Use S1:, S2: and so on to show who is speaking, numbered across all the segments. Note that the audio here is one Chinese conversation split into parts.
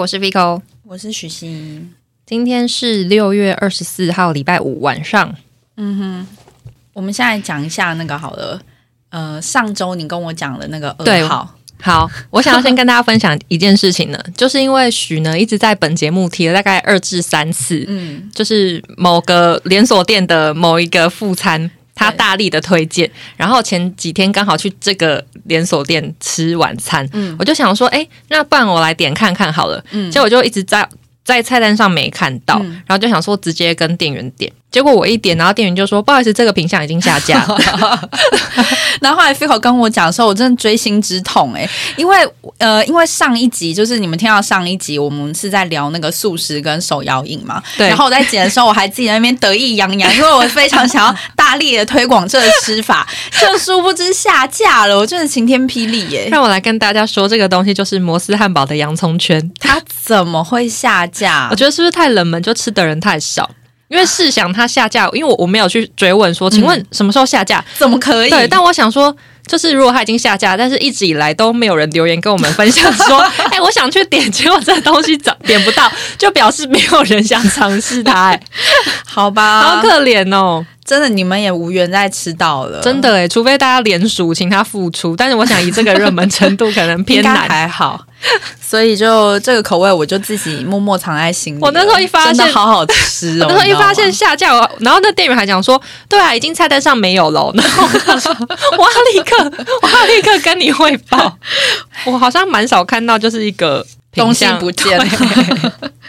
S1: 我是 Vico，
S2: 我是许昕。
S1: 今天是六月二十四号，礼拜五晚上。
S2: 我们现在讲一下那个好了，呃，上周你跟我讲的那个
S1: 对
S2: 二号，
S1: 好，我想要先跟大家分享一件事情呢，就是因为许呢一直在本节目提了大概二至三次，
S2: 嗯，
S1: 就是某个连锁店的某一个副餐，他大力的推荐。然后前几天刚好去这个连锁店吃晚餐，
S2: 嗯
S1: 我就想说，哎，那不然我来点看看好了。
S2: 嗯
S1: 结果就一直在在菜单上没看到，
S2: 嗯
S1: 然后就想说直接跟店员点。结果我一点，然后店员就说：“不好意思，这个品相已经下 架。
S2: 然后后来 Fico 跟我讲的时候，我真的锥心之痛哎、因为呃，因为上一集就是你们听到上一集，我们是在聊那个素食跟手摇饮嘛，
S1: 对
S2: 然后我在剪的时候，我还自己在那边得意洋 洋，因为我非常想要大力的推广这个吃法，就殊不知下架了，我真的晴天霹雳欸 耶、
S1: 让我来跟大家说，这个东西就是摩斯汉堡的洋葱圈。
S2: 它怎么会下架
S1: 我？觉得是不是太冷门，就吃的人太少？因为试想它下架，因为我我没有去追问
S2: 嗯
S1: 说，请问什么时候下架？
S2: 怎么可以？
S1: 对，但我想说，就是如果它已经下架，但是一直以来都没有人留言跟我们分享 说，哎、我想去点，结果这东西找点不到，就表示没有人想尝试它、 哎，
S2: 好吧，
S1: 好可怜哦，
S2: 真的，你们也无缘再吃到了，
S1: 真的哎、除非大家联署请他付出，但是我想以这个热门程度，可能偏
S2: 应该
S1: 难。
S2: 还好。 所以就这个口味，我就自己默默藏在心里了。
S1: 我那时候一发现
S2: 真的好好 吃哦，
S1: 然后一
S2: 你知道吗
S1: 发现下架，我然后那店员还讲说，对啊，已经菜单上没有了。然后我想说，我要立刻，我要立刻跟你汇报。我好像蛮少看到，就是一个品
S2: 东西
S1: 相
S2: 不见了
S1: 对。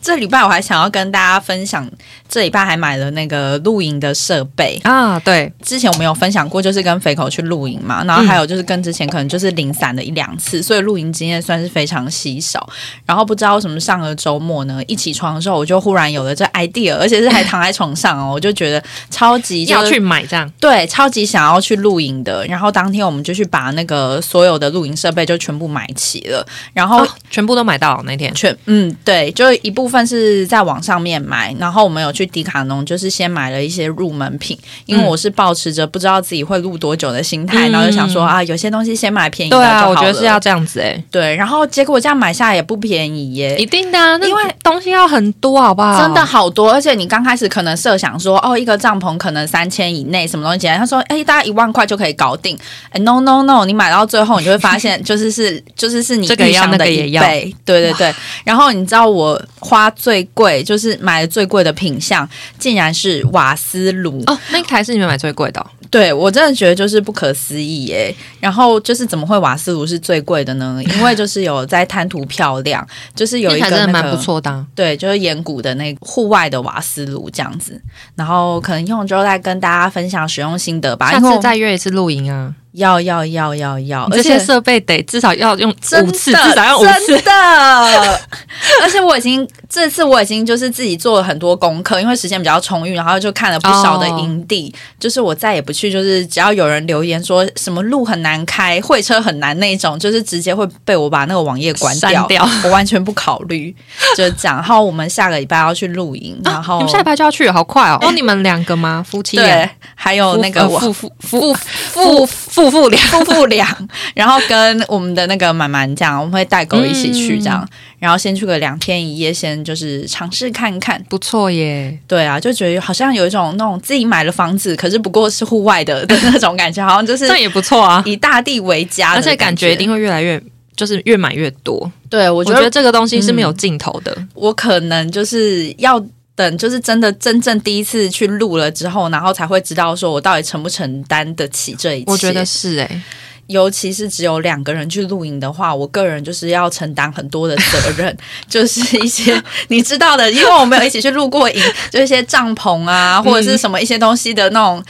S2: 这礼拜我还想要跟大家分享，这礼拜还买了那个露营的设备。
S1: 啊，对，
S2: 之前我们有分享过，就是跟肥口去露营
S1: 嗯
S2: 嘛，然后还有就是跟之前可能就是零散的一两次，所以露营经验算是非常稀少。然后不知道为什么上个周末呢，一起床的时候我就忽然有了这 idea，而且是还躺在床上哦，我就觉得超级就是
S1: 嗯要去买这样。
S2: 对，超级想要去露营的。然后当天我们就去把那个所有的露营设备就全部买齐了，然后
S1: 哦，全部都买到了那天。
S2: 全嗯对，就一部分是在网上面买，然后我们有去迪卡侬，就是先买了一些入门品，因为
S1: 嗯
S2: 我是抱持着不知道自己会录多久的心态，
S1: 嗯
S2: 然后就想说啊，有些东西先买便宜的
S1: 对
S2: 就好
S1: 啊，
S2: 了。
S1: 我觉得是要这样子哎、
S2: 对，然后结果这样买下来也不便宜耶，
S1: 一定的、啊，那
S2: 因为
S1: 东西要很多，好不好？
S2: 真的好多，而且你刚开始可能设想说，哦，一个帐篷可能三千以内，什么东西？他说，哎、大概一万块就可以搞定。哎，no no no，你买到最后，你就会发 现，就是是就是是你
S1: 这个
S2: 预
S1: 要
S2: 想
S1: 那
S2: 的
S1: 个
S2: 一
S1: 也
S2: 倍，
S1: 要
S2: 对对对。然后你知道我花最贵，就是买的最贵的品相，竟然是瓦斯炉。
S1: 哦，那台是你们买最贵的哦、
S2: 对我真的觉得就是不可思议耶、然后就是怎么会瓦斯炉是最贵的呢？因为就是有在贪图漂亮，就是有一个
S1: 那台真的
S2: 那
S1: 蛮
S2: 个
S1: 不错的啊、
S2: 对，就是岩谷的那个户外的瓦斯炉这样子，然后可能用之后再跟大家分享使用心得吧。
S1: 下
S2: 因为
S1: 次
S2: 我
S1: 再约一次露营啊！
S2: 要要要要要，
S1: 你
S2: 而
S1: 这些
S2: 且
S1: 设备得至少要用
S2: 真
S1: 五次，
S2: 的
S1: 至少要五次
S2: 真。的。 而且我已经这次我已经就是自己做了很多功课，因为时间比较充裕，然后就看了不少的
S1: 哦
S2: 营地。就是我再也不去，就是只要有人留言说什么路很难开、会车很难那一种，就是直接会被我把那个网页关
S1: 删
S2: 掉，
S1: 掉
S2: 我完全不考虑。就是这样。然后我们下个礼拜要去露营，然后、
S1: 啊哦你们下一排就要去，好快 哦！哦，你们两个吗？夫妻俩
S2: 对，还有
S1: 夫
S2: 那个
S1: 呃
S2: 我
S1: 夫夫夫
S2: 父
S1: 夫夫妇俩，
S2: 夫妇俩，然后跟我们的那个满满这样，我们会带狗一起去这样，
S1: 嗯
S2: 然后先去个两天一夜，先就是尝试看看。
S1: 不错耶！
S2: 对啊，就觉得好像有一种那种自己买了房子，可是不过是户外的的那种感觉，好像就是
S1: 这也不错啊，
S2: 以大地为家的
S1: 而且
S2: 感
S1: 感
S2: 觉
S1: 觉一定会越来越，就是越买越多。
S2: 对我
S1: 我
S2: 觉
S1: 觉
S2: 得嗯
S1: 得这个东西是没有尽头的。
S2: 我可能就是要等，就是真的真正第一次去录了之后，然后才会知道说我到底承不承担得起这一切。
S1: 我觉得是哎，
S2: 尤其是只有两个人去露营的话，我个人就是要承担很多的责任， 就是一些你知道的，因为我们有一起去露过营，就一些帐篷啊，或者是什么一些东西的那种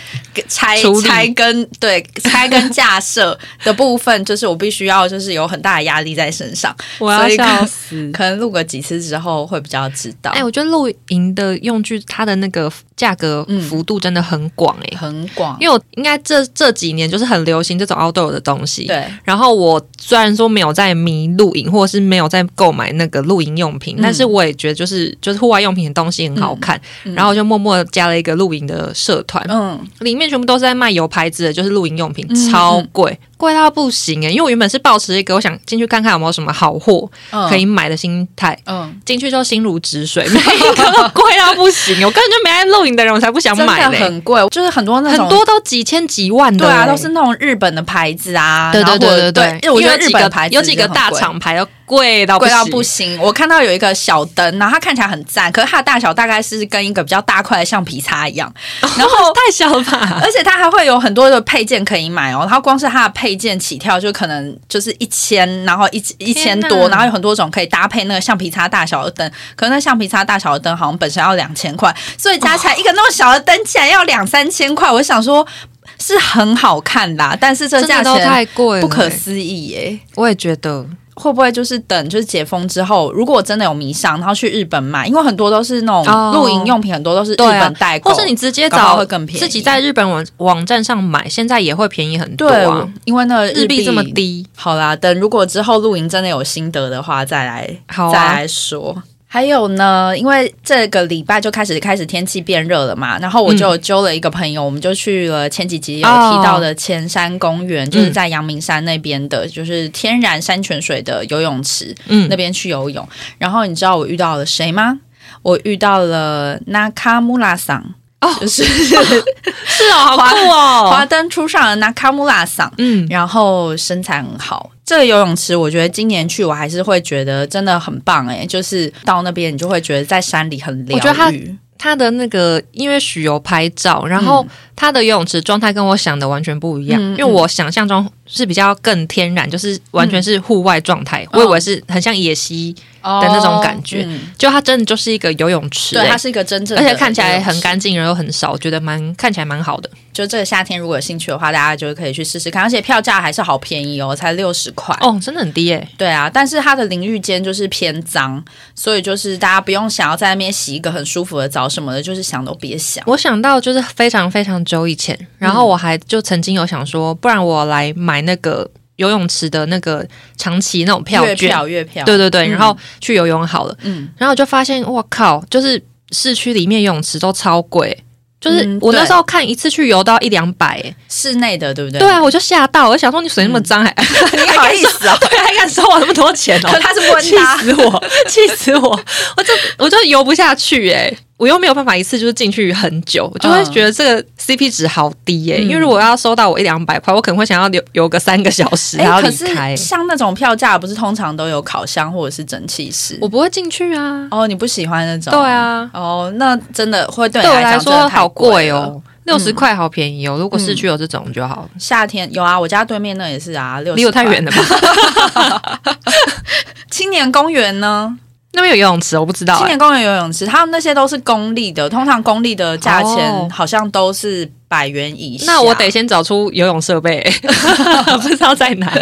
S2: 拆
S1: 嗯处理
S2: 拆跟对拆跟架设的部分，就是我必须要就是有很大的压力在身上，
S1: 我
S2: 要笑
S1: 死！
S2: 可能录个几次之后会比较知道。
S1: 哎，我觉得露营的用具，它的那个价格
S2: 嗯
S1: 幅度真的很广哎，
S2: 很广，
S1: 因为我应该这这几年就是很流行这种 outdoor 的东西，
S2: 对，
S1: 然后我虽然说没有在迷露营，或者是没有在购买那个露营用品，
S2: 嗯
S1: 但是我也觉得就是就是户外用品的东西很好看，
S2: 嗯
S1: 然后我就默默地加了一个露营的社团，
S2: 嗯，
S1: 里面全部都是在卖有牌子的，就是露营用品，
S2: 嗯
S1: 超贵，贵到不行哎、因为我原本是抱持一个我想进去看看有没有什么好货
S2: 嗯
S1: 可以买的心态，
S2: 嗯，
S1: 进去就心如止 水，每一个都 贵到不行，我根本就没爱露营的人，我才不想
S2: 真
S1: 买
S2: 的
S1: 嘞、
S2: 很贵，就是很多那
S1: 很
S2: 种
S1: 多都几千几万的
S2: 对
S1: 欸、
S2: 啊，都是那种日本的牌子啊，
S1: 对
S2: 然
S1: 对
S2: 后或
S1: 对
S2: 者
S1: 对
S2: 因为我觉
S1: 因
S2: 得
S1: 为
S2: 日
S1: 有几
S2: 本
S1: 个
S2: 的牌子
S1: 有几个
S2: 就很
S1: 大
S2: 贵
S1: 厂牌都贵到
S2: 贵到不
S1: 不行。
S2: 行。我看到有一个小灯，然后它看起来很赞，可是它的大小大概是跟一个比较大块的橡皮擦一样，然后
S1: 太小了吧？
S2: 而且它还会有很多的配件可以买哦。然后光是它的配件起跳就可能就是一千，然后一一千多，
S1: 天哪
S2: 然后有很多种可以搭配那个橡皮擦大小的灯。可是那橡皮擦大小的灯好像本身要两千块，所以加起
S1: 哦
S2: 来一个那么小的灯竟然要两三千块，我想说。是很好看啦，但是这
S1: 真
S2: 价
S1: 的都
S2: 钱
S1: 太贵了，
S2: 不可思议耶、
S1: 我也觉得，
S2: 会不会就是等就是解封之后，如果真的有迷上，然后去日本买，因为很多都是那
S1: 哦
S2: 种露营用品，很多都是日
S1: 对啊
S2: 本代购，
S1: 或是你直接
S2: 搞不好
S1: 找
S2: 会更便宜
S1: 自己在日本网网站上买，现在也会便宜很多
S2: 对
S1: 啊。，
S2: 因为那个
S1: 日
S2: 币
S1: 币这么。低，
S2: 好啦，等如果之后露营真的有心得的话，再来、
S1: 好
S2: 再
S1: 啊，
S2: 来说。还有呢，因为这个礼拜就开始开始天气变热了嘛，然后我就
S1: 嗯
S2: 有揪了一个朋友，我们就去了前几集有提到
S1: 哦
S2: 的前山公园，就是在阳明山那边的，就是天然山泉水的游泳池。
S1: 嗯
S2: 那，边去游泳。然后你知道我遇到了谁吗？我遇到了 Nakamura 桑，
S1: 哦
S2: 就是
S1: 是哦，好酷
S2: 华
S1: 哦，
S2: 灯初上的 Nakamura 桑，
S1: 嗯，
S2: 然后身材很好。这个游泳池，我觉得今年去我还是会觉得真的很棒哎、就是到那边你就会觉得在山里很疗
S1: 我
S2: 愈。
S1: 觉得它他的那个因为许由拍照，然后他的游泳池状态跟我想的完全不一样，
S2: 嗯
S1: 因为我想象中是比较更天然，就是完全是户外状态，
S2: 嗯
S1: 我以为是很像野溪，
S2: 的
S1: 那种感觉就它真的就是一个游泳池、
S2: 对，它
S1: 欸。
S2: 是一个真正
S1: 嗯而
S2: 的游泳池，
S1: 且看起来很干净，人又很少，我觉得蛮看起来蛮好的。
S2: 就这个夏天如果有兴趣的话，大家就可以去试试看，而且票价还是好便宜哦，才六十块。
S1: 哦，真的很低诶、
S2: 对啊，但是它的淋浴间就是偏脏，所以就是大家不用想要在那边洗一个很舒服的澡什么的，就是想都别想。
S1: 我想到就是非常非常久以前，然后我还就曾经有想说，不然我来买那个游泳池的那个长期那种票
S2: 越
S1: 券，
S2: 票越票，
S1: 对对对，
S2: 嗯
S1: 然后去游泳好了。
S2: 嗯，
S1: 然后我就发现，我靠，就是市区里面游泳池都超贵。就是
S2: 嗯
S1: 我那
S2: 对
S1: 时候看一次去游到一两百，哎，
S2: 室内的对不对？
S1: 对啊，嗯我就吓到，我就想说你水那么脏，还
S2: 你好意思哦，
S1: 对，还敢收我那么多钱哦
S2: 可？它是温
S1: 气
S2: 搭，
S1: 死我！ 气死我！我就我就游不下去哎、我又没有办法一次就是进去很久，我就会
S2: 嗯
S1: 觉得这个 CP 值好低哎、
S2: 嗯
S1: 因为如果要收到我一两百块，我可能会想要游游个三个小时，然后
S2: 哎，可
S1: 离开
S2: 是。像那种票价不是通常都有烤箱或者是蒸汽室？
S1: 我不会进去啊，
S2: 哦，你不喜欢那种？
S1: 对。啊，
S2: 哦，那真的会对
S1: 对
S2: 你
S1: 我
S2: 来
S1: 来
S2: 讲真的
S1: 说
S2: 太
S1: 好
S2: 贵
S1: 贵
S2: 了。
S1: 哦，六十块好便宜哦。如果市区有这种就好，
S2: 夏天有啊，我家对面那也是啊，六
S1: 离我太远。了吧？
S2: 青年公园呢？
S1: 那边有游泳池，我不知道
S2: 青
S1: 哎、
S2: 年公园游泳池，他们那些都是公立的，通常公立的价
S1: 哦
S2: 钱好像都是百元以下。
S1: 那我得先找出游泳设备、 不知道在哪。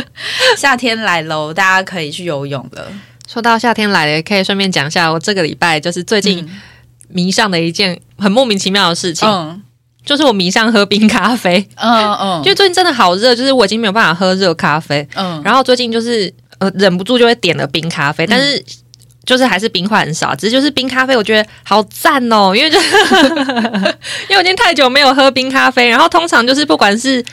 S2: 夏天来喽，大家可以去游泳了。
S1: 说到夏天来了，可以顺便讲一下，我这个礼拜就是最近迷上的一件很莫名其妙的事情，
S2: 嗯
S1: 就是我迷上喝冰咖啡，
S2: 嗯嗯
S1: 因为最近真的好热，就是我已经没有办法喝热咖啡，
S2: 嗯，
S1: 然后最近就是呃忍不住就会点了冰咖啡，但是。就是还是冰块很少，只是就是冰咖啡，我觉得好赞哦，因 为就因为我已经太久没有喝冰咖啡，然后通常就是不管是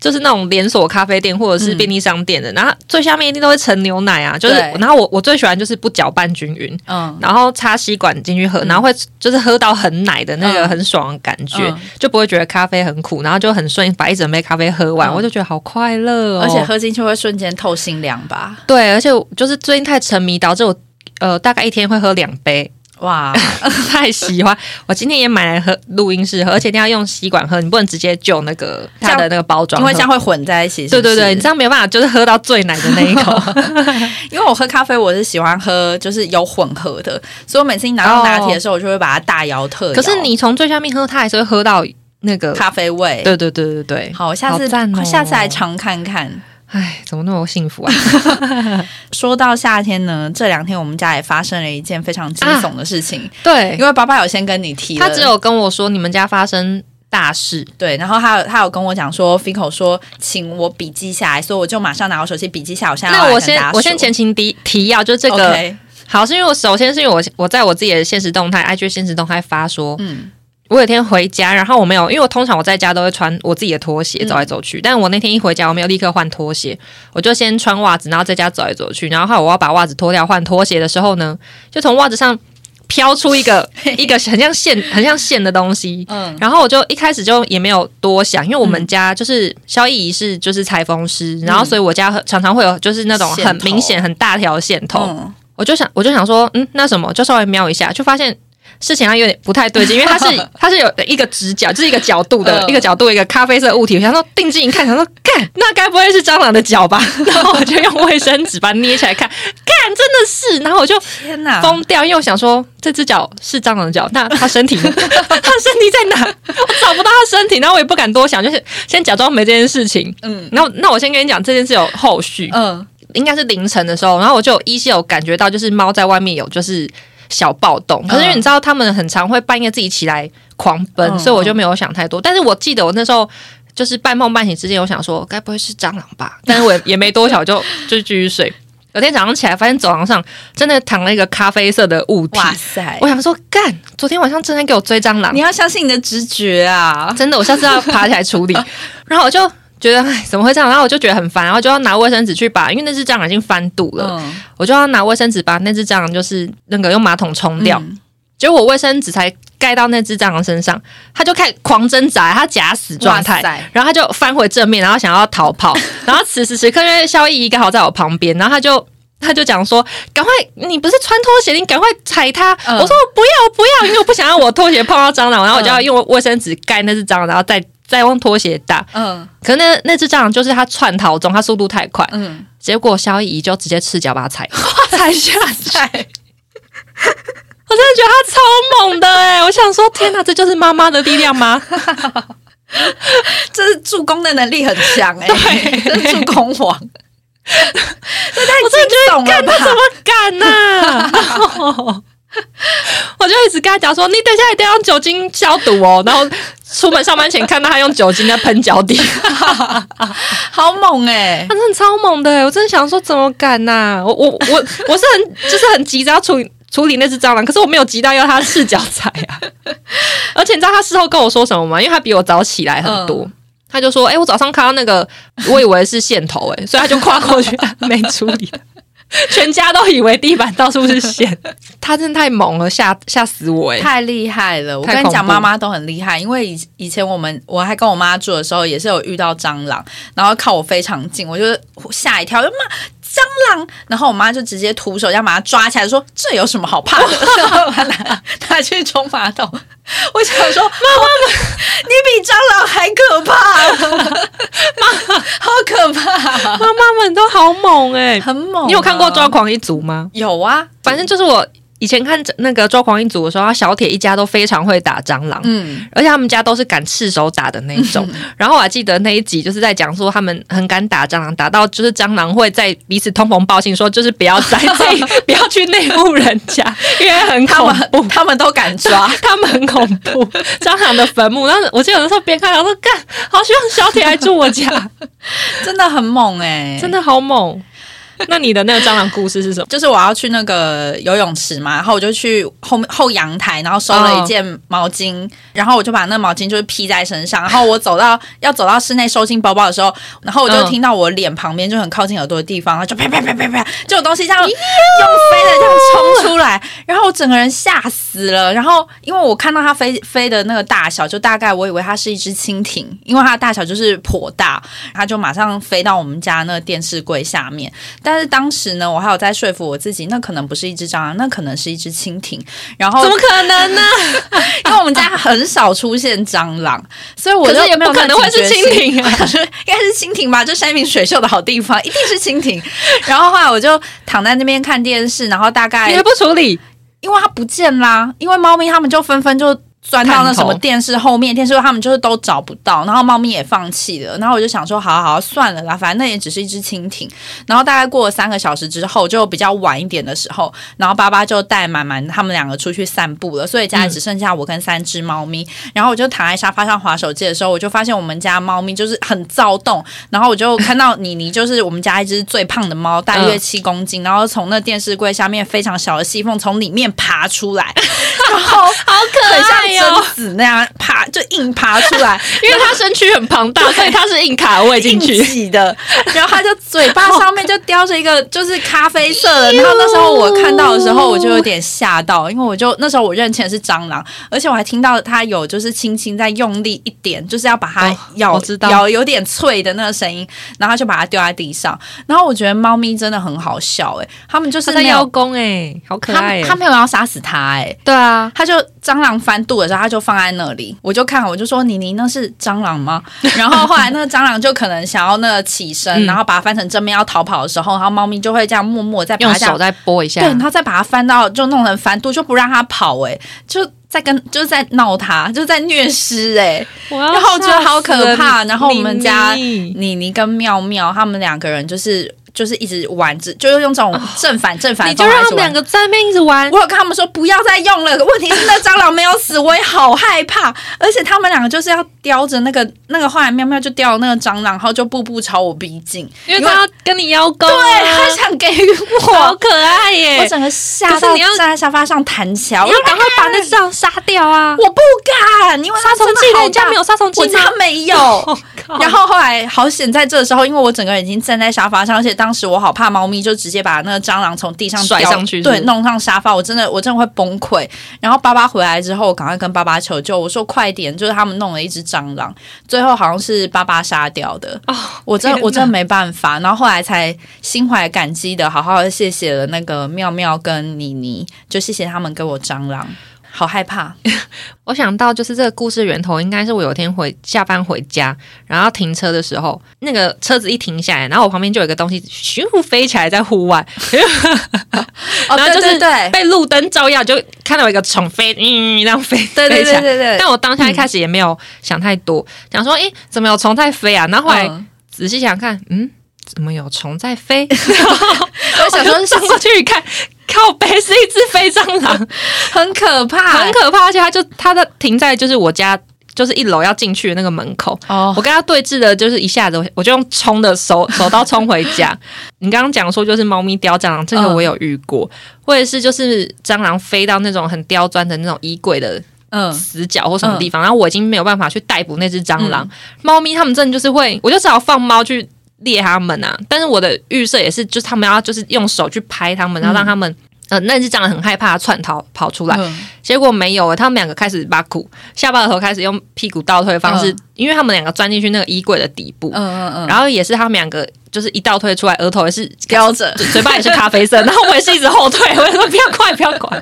S1: 就是那种连锁咖啡店或者是便利商店的，然后最下面一定都会盛牛奶啊，就是
S2: 嗯对
S1: 然后我我最喜欢就是不搅拌均匀，
S2: 嗯
S1: 然后插吸管进去喝，然后会就是喝到很奶的那个
S2: 嗯
S1: 很爽的感觉，
S2: 嗯
S1: 就不会觉得咖啡很苦，然后就很顺把一整杯咖啡喝完，
S2: 嗯
S1: 我就觉得好快乐哦。
S2: 而且喝进去会瞬间透心凉吧？
S1: 对，而且我就是最近太沉迷，导致我呃大概一天会喝两杯，
S2: 哇，
S1: 太喜欢。我今天也买来喝录音室喝，而且一定要用吸管喝，你不能直接就那个它的那个包装
S2: 因
S1: 喝，
S2: 为这样会混在一起。是
S1: 对
S2: 不
S1: 对
S2: 是
S1: 对，你这样没有办法，就是喝到最奶的那 一口。
S2: 因为我喝咖啡，我是喜欢喝就是有混合的，所以我每次一拿到拿铁的时候，我就会把它大摇特摇。
S1: 哦可是你从最下面喝，它还是会喝到那个。
S2: 咖啡味，
S1: 对对对对对，
S2: 好，下次
S1: 好赞哦
S2: 下次来尝看看。
S1: 哎，怎么那么幸福啊？
S2: 说到夏天呢，这两天我们家也发生了一件非常惊悚的事情，
S1: 对，
S2: 因为爸爸有先跟你提了，
S1: 啊哎他只有跟我说你们家发生大事，
S2: 对，然后他有他有跟我讲说，Fico 说请我笔记下来，所以我就马上拿我手机笔记下来，我现在要
S1: 那
S2: 来
S1: 我
S2: 跟大
S1: 先
S2: 家
S1: 我先
S2: 说
S1: 前情提提要，就这个
S2: OK，
S1: 好，是因为我首先是因为我我在我自己的现实动态 IG 现实动态发说，
S2: 嗯，
S1: 我有一天回家，然后我没有，因为我通常我在家都会穿我自己的拖鞋
S2: 嗯
S1: 走来走去，但我那天一回家，我没有立刻换拖鞋，我就先穿袜子，然后在家走来走去，然后后来我要把袜子脱掉换拖鞋的时候呢，就从袜子上飘出一个一个很像线很像线的东西，
S2: 嗯，
S1: 然后我就一开始就也没有多想，因为我们家就是萧逸仪是就是裁缝师，然后所以我家很常常会有就是那种很
S2: 嗯线头
S1: 明显很大条的线头，
S2: 嗯
S1: 我就想我就想说，嗯，那什么就稍微瞄一下，就发现。事情它有点不太对劲，因为它是它是有一个直角，就是一个角度的、
S2: 嗯
S1: 一个角度一个咖啡色物体。我想说定睛一看，想说干，那该不会是蟑螂的脚吧？然后我就用卫生纸把它捏起来看，干真的是，然后我就
S2: 天哪，
S1: 疯掉，因为我想说这只脚是蟑螂的脚，那它身体呢，它身体在哪？我找不到它身体，然后我也不敢多想，就是先假装没这件事情。
S2: 嗯
S1: 然后，那我先跟你讲，这件事有后续，
S2: 嗯，
S1: 应该是凌晨的时候，然后我就有依稀有感觉到，就是猫在外面有就是小暴动。可是因为你知道，它们很常会半夜自己起来狂奔，
S2: 嗯
S1: 所以我就没有想太多。但是我记得我那时候。就是半梦半醒之间，我想说，该不会是蟑螂吧？但是我也也没多久就就继续 睡。有天早上起来，发现走廊上真的躺了一个咖啡色的物体。
S2: 哇塞
S1: 我，想说，干，昨天晚上正在给我追蟑螂
S2: 你，要相信你的直觉啊！
S1: 真的，我下次要爬起来 处理。然后我就觉得，哎，怎么会这样？然后我就觉得很烦，然后就要拿卫生纸去把，因为那只蟑螂已经翻肚了，
S2: 嗯，
S1: 我就要拿卫生纸把那只蟑螂就是那个用马桶冲掉，
S2: 嗯
S1: 结果我卫生纸才盖到那只蟑螂身上，它就开始狂挣扎，它假死状
S2: 哇
S1: 态
S2: 塞，
S1: 然后它就翻回正面，然后想要逃 跑，然后此时此刻因为萧逸仪刚好在我旁边，然后他就。他就讲说：“赶快，你不是穿拖鞋，你赶快踩它。
S2: 嗯
S1: 我说：“我不要，我不要，因为我不想让我拖鞋碰到蟑 螂。”然后我就要
S2: 嗯
S1: 用卫生纸盖那只蟑螂，然后再再用拖鞋打。
S2: 嗯
S1: 可那那只蟑螂就是它窜逃中，它速度太快，
S2: 嗯，
S1: 结果萧逸仪就直接赤脚把它踩 踩下去，我真的觉得他超猛的哎、我想说，天哪，这就是妈妈的力量吗？
S2: 这是助攻的能力很强哎、
S1: 对
S2: 这是助攻王， 这
S1: 我真的
S2: 太惊悚了
S1: 干，他怎
S2: 吧！
S1: 么敢呐、啊？我就一直跟他讲说，你等一下一定要用酒精消毒哦。然后出门上班前看到他用酒精在喷脚底，
S2: 好猛哎、
S1: 他真的超猛的、欸，我真的想说怎么敢呐、我我我我是很 就是很急着要处理处理那只蟑螂，可是我没有急到要他赤脚踩啊。 而且你知道他事后跟我说什么吗？因为他比我早起来很多。
S2: 嗯
S1: 他就说：“哎、我早上看到那个，我以为是线头、哎，所以他就跨过去， 没处理，全家都以为地板到处是线。他真的太猛了，吓吓死我、哎，
S2: 太厉害了！我
S1: 太
S2: 跟你讲，
S1: 恐怖
S2: 妈妈都很厉害，因为以以前我们我还跟我妈住的时候，也是有遇到蟑螂，然后靠我非常近，我就吓一跳，就妈蟑螂，然后我妈就直接徒手要把它抓起来，说这有什么好怕的？ 然后把它拿拿去冲马桶。我想说， 妈妈们，你比蟑螂还可怕， 妈，好可怕，
S1: 妈妈们都好猛哎、
S2: 很猛啊、
S1: 你有看过《抓狂一族》吗？
S2: 有啊，
S1: 反正就是我以前看那个《抓狂一族》的时候，他小铁一家都非常会打蟑螂。
S2: 嗯，
S1: 而且他们家都是敢赤手打的那一种， 然后我还记得那一集就是在讲说他们很敢打蟑螂，打到就是蟑螂会在彼此通风报信，说就是不要 在自己不要去内部人 家，因为很
S2: 他
S1: 恐怖
S2: 们，他们都敢抓。
S1: 他们很恐怖蟑螂的坟墓。然后我记得有的时候边看，然后说干，好希望小铁来住我 家，
S2: 真的很猛哎、
S1: 真的好猛。那你的那个蟑螂故事是什么？
S2: 就是我要去那个游泳池嘛，然后我就去后面后阳台，然后收了一件毛巾，然后我就把那毛巾就是披在身上，然后我走到要走到室内收进包包的时候，然后我就
S1: 嗯
S2: 听到我脸旁边就很靠近耳朵的地方，然后就啪啪啪啪啪，就有东西这样用飞的这样冲出来，然后我整个人吓死了。然后因为我看到它飞飞的那个大小，就大概我以为它是一只蜻蜓，因为它的大小就是颇大，它就马上飞到我们家那个电视柜下面。但是当时呢，我还有在说服我自己，那可能不是一只蟑螂，那可能是一只蜻蜓。然后
S1: 怎么可能呢？
S2: 因为我们家很少出现蟑螂，所以我
S1: 可
S2: 就是
S1: 也
S2: 没有
S1: 不可能会是蜻
S2: 蜓。
S1: 蜓啊。
S2: 应该是蜻蜓吧，就山明水秀的好地方，一定是蜻蜓。然后后来我就躺在那边看电视，然后大概
S1: 你还不处理？
S2: 因为它不见啦，因为猫咪它们就纷纷就钻到那什么
S1: 探头
S2: 电视后面，电视它们就是都找不到，然后猫咪也放弃了。然后我就想说，好好好算了啦，反正那也只是一只蜻蜓。然后大概过了三个小时之后，就比较晚一点的时候，然后爸爸就带满满他们两个出去散步了，所以家里只剩下我跟三只猫咪。然后我就躺在沙发上划手机的时候，我就发现我们家猫咪就是很躁动，然后我就看到妮妮，就是我们家一只最胖的猫，大约七公斤，然后从那电视柜下面非常小的细缝从里面爬出来，然后
S1: 好可
S2: 很
S1: 爱哦哟、
S2: 像贞子那样爬，就硬爬出来，
S1: 因为它身躯很庞 大，所以它是硬卡位进
S2: 硬
S1: 去。
S2: 挤的，然后他就嘴巴上面就叼着一个就是咖啡 色的，然后那时候我看到的时候我就有点吓到，因为我就那时候我认清的是蟑螂，而且我还听到它有就是轻轻在用力一点，就是要把它
S1: 哦
S2: 咬、
S1: 我知道
S2: 咬有点脆的那个声音，然后他就把它丢在地上，然后我觉得猫咪真的很好笑诶、欸他们就是
S1: 它在
S2: 没
S1: 邀
S2: 有。
S1: 功哎、好可
S2: 他
S1: 爱、欸。
S2: 他没有要杀死它诶、欸
S1: 对啊，
S2: 他就蟑螂翻肚的时候，他就放在那里，我就看，我就说妮妮那是蟑螂吗？ 然后后来那个蟑螂就可能想要那个起身，
S1: 嗯
S2: 然后把它翻成正面要逃跑的时候，然后猫咪就会这样默默再把
S1: 用
S2: 它这样
S1: 手再拨一下
S2: 对，。然后再把它翻到就弄成翻肚，就不让它跑、欸，就在跟就是在闹它，就是在虐尸、欸，然
S1: 然
S2: 后我觉得好可怕然后我们家妮妮跟妙妙他们两个人就是就是一直玩，只就是用这种正反正反
S1: 你
S2: 的
S1: 就
S2: 方法一直玩，
S1: 让他们两个在那边一直玩，
S2: 我有跟他们说不要再用了，问题是那蟑螂没有死，我也好害怕。而且他们两个就是要叼着那个那个，后来喵喵就叼了那个蟑螂，然后就步步朝我逼近。
S1: 因为他要跟你邀功、啊，
S2: 对，他想给予
S1: 好
S2: 我，
S1: 可爱耶、
S2: 我整个吓
S1: 可
S2: 到
S1: 是你要
S2: 站在沙发上弹起来，我
S1: 你
S2: 就
S1: 要赶快把那只狼杀掉啊！
S2: 我不敢，因为它
S1: 杀虫
S2: 真的
S1: 剂嘞，
S2: 好
S1: 你家
S2: 大
S1: 没有杀虫剂
S2: 我
S1: 吗？哦
S2: 家没 有。 然后后来好险，在这时候，因为我整个人已经站在沙发上，而且当时我好怕猫咪，就直接把那个蟑螂从地上
S1: 甩
S2: 叼
S1: 上去是不
S2: 对，
S1: 是
S2: 弄上沙发，我真的我真的会崩溃。然后爸爸回来之后，我赶快跟爸爸求救，我说快点，就是他们弄了一只蟑螂，最后好像是爸爸杀掉的。
S1: 哦
S2: 我真的
S1: 天哪
S2: 我真的没办法。然后后来才心怀感激的，好好的谢谢了那个妙妙跟妮妮，就谢谢他们给我蟑螂，好害怕。
S1: 我想到就是这个故事源头应该是我有一天回下班回家，然后停车的时候，那个车子一停下来，然后我旁边就有一个东西咻飞起来在户外，
S2: 哦，
S1: 然后就
S2: 对
S1: 是
S2: 对对
S1: 被路灯照耀，就看到一个虫飞，嗯，这样飞，
S2: 对
S1: 飞
S2: 对
S1: 起 来。
S2: 对对对，
S1: 但我当下一开始也没有想太多，想说，诶，怎么有虫在飞啊？然后后来
S2: 嗯
S1: 仔细想看，嗯，怎么有虫在飞？
S2: 我想说
S1: 我就是上过去一看， 靠背是一只飞蟑 螂，
S2: 很可怕，
S1: 很可怕，而且它就它的停在就是我家就是一楼要进去的那个门口。
S2: 哦
S1: 我跟它对峙的，就是一下子我我就用冲的手手刀冲回家。 你刚刚讲说就是猫咪叼蟑螂，这个
S2: 嗯
S1: 我有遇过，或者是就是蟑螂飞到那种很刁钻的那种衣柜的
S2: 嗯，嗯
S1: 死角或什么地方，然后我已经没有办法去逮捕那只蟑螂。猫咪它们真的就是会，我就只好放猫去猎它们啊。但是我的预设也是，就是它们要就是用手去拍它们，然后让它们。呃，那只蟑螂很害怕，窜逃跑出来，
S2: 嗯
S1: 结果没有欸，他们两个开始把骨下巴的头开始用屁股倒退的方式，
S2: 嗯
S1: 因为他们两个钻进去那个衣柜的底部，
S2: 嗯嗯嗯，
S1: 然后也是他们两个就是一倒退出来，额头也是
S2: 叼着，
S1: 嘴嘴巴也是咖啡 色，然后我也是一直后退，我也说不要快不要快，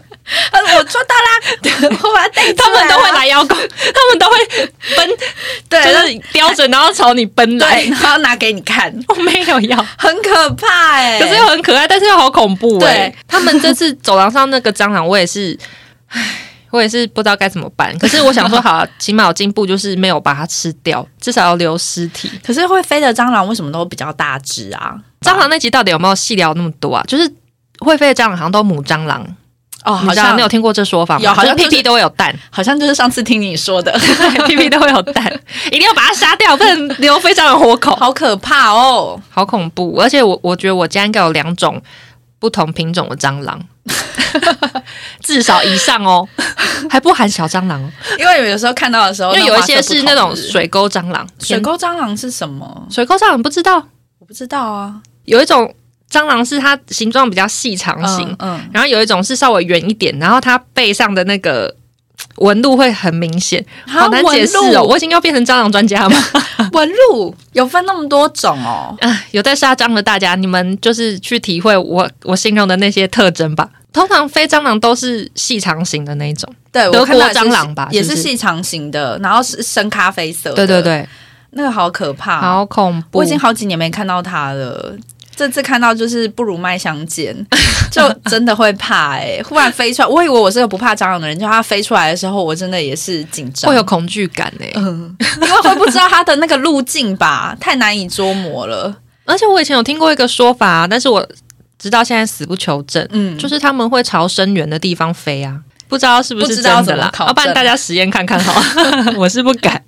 S2: 呃我抓到啦， 我把它逮
S1: 他
S2: 出
S1: 们
S2: 来啊
S1: 都会
S2: 啦，
S1: 来邀功，他们都会奔
S2: 对，
S1: 就
S2: 那
S1: 是叼着，然后朝你奔来
S2: 对，。然后拿给你看，
S1: 我没有要，
S2: 很可怕哎，
S1: 可是又很可爱，但是又好恐怖哎、
S2: 对
S1: 他们这次走廊上那个蟑螂，我也是，唉，我也是不知道该怎么办。可是我想说，好、啊起码有进步，就是没有把它吃掉，至少要留尸体。
S2: 可是会飞的蟑螂为什么都比较大只啊？
S1: 蟑螂那集到底有没有细聊那么多啊？就是会飞的蟑螂好像都母蟑螂，
S2: 哦，
S1: 母
S2: 好
S1: 蟑螂
S2: 像
S1: 你有听过这说法吗？
S2: 有好像
S1: 就是
S2: 就是
S1: 屁屁都会有蛋，
S2: 好像就是上次听你说的，
S1: 对，屁屁都会有蛋， 一定要把它杀掉，不能留飞蟑螂活口。
S2: 好可怕哦，
S1: 好恐怖！而且我我觉得我家应该有两种不同品种的蟑 螂，至少以上哦，还不含小蟑螂哦，
S2: 因为有时候看到的时候，
S1: 因为有一些是那种
S2: 种花色不同
S1: 水沟蟑螂，
S2: 水
S1: 偏
S2: 沟蟑螂是什么？
S1: 水沟蟑螂不知道，
S2: 我不知道啊，
S1: 有一种蟑螂是它形状比较细长型，
S2: 嗯嗯，
S1: 然后有一种是稍微圆一点，然后它背上的那个。纹路会很明显，
S2: 啊
S1: 好难解释哦！我已经要变成蟑螂专家了吗？
S2: 纹路有分那么多种哦，
S1: 唉， 有在杀蟑的大家，你们就是去体会我我形容的那些特征吧。通常飞蟑螂都是细长型的那一种，
S2: 对，
S1: 德
S2: 我看到
S1: 国蟑螂吧
S2: 也
S1: 是
S2: 是
S1: 不是
S2: 细长型的，然后是深咖啡色。
S1: 对对，对，
S2: 那个好可怕。，
S1: 好恐怖。
S2: 我已经好几年没看到它了。这次看到就是不如麦相见， 就真的会怕哎、忽然飞出来，我以为我是个不怕蟑螂的人，就它飞出来的时候，我真的也是紧张，
S1: 会 有恐惧感欸呢、
S2: 嗯，因为会不知道它的那个路径吧，太难以捉摸了。
S1: 而且我以前有听过一个说法、但是我直到现在死不求证，
S2: 嗯，
S1: 就是他们会朝深远的地方飞啊，不知道是
S2: 不
S1: 是
S2: 知道
S1: 真
S2: 怎
S1: 的
S2: 么
S1: 啦，啊
S2: 考证
S1: 要不然大家实验看看好了， 我是不敢。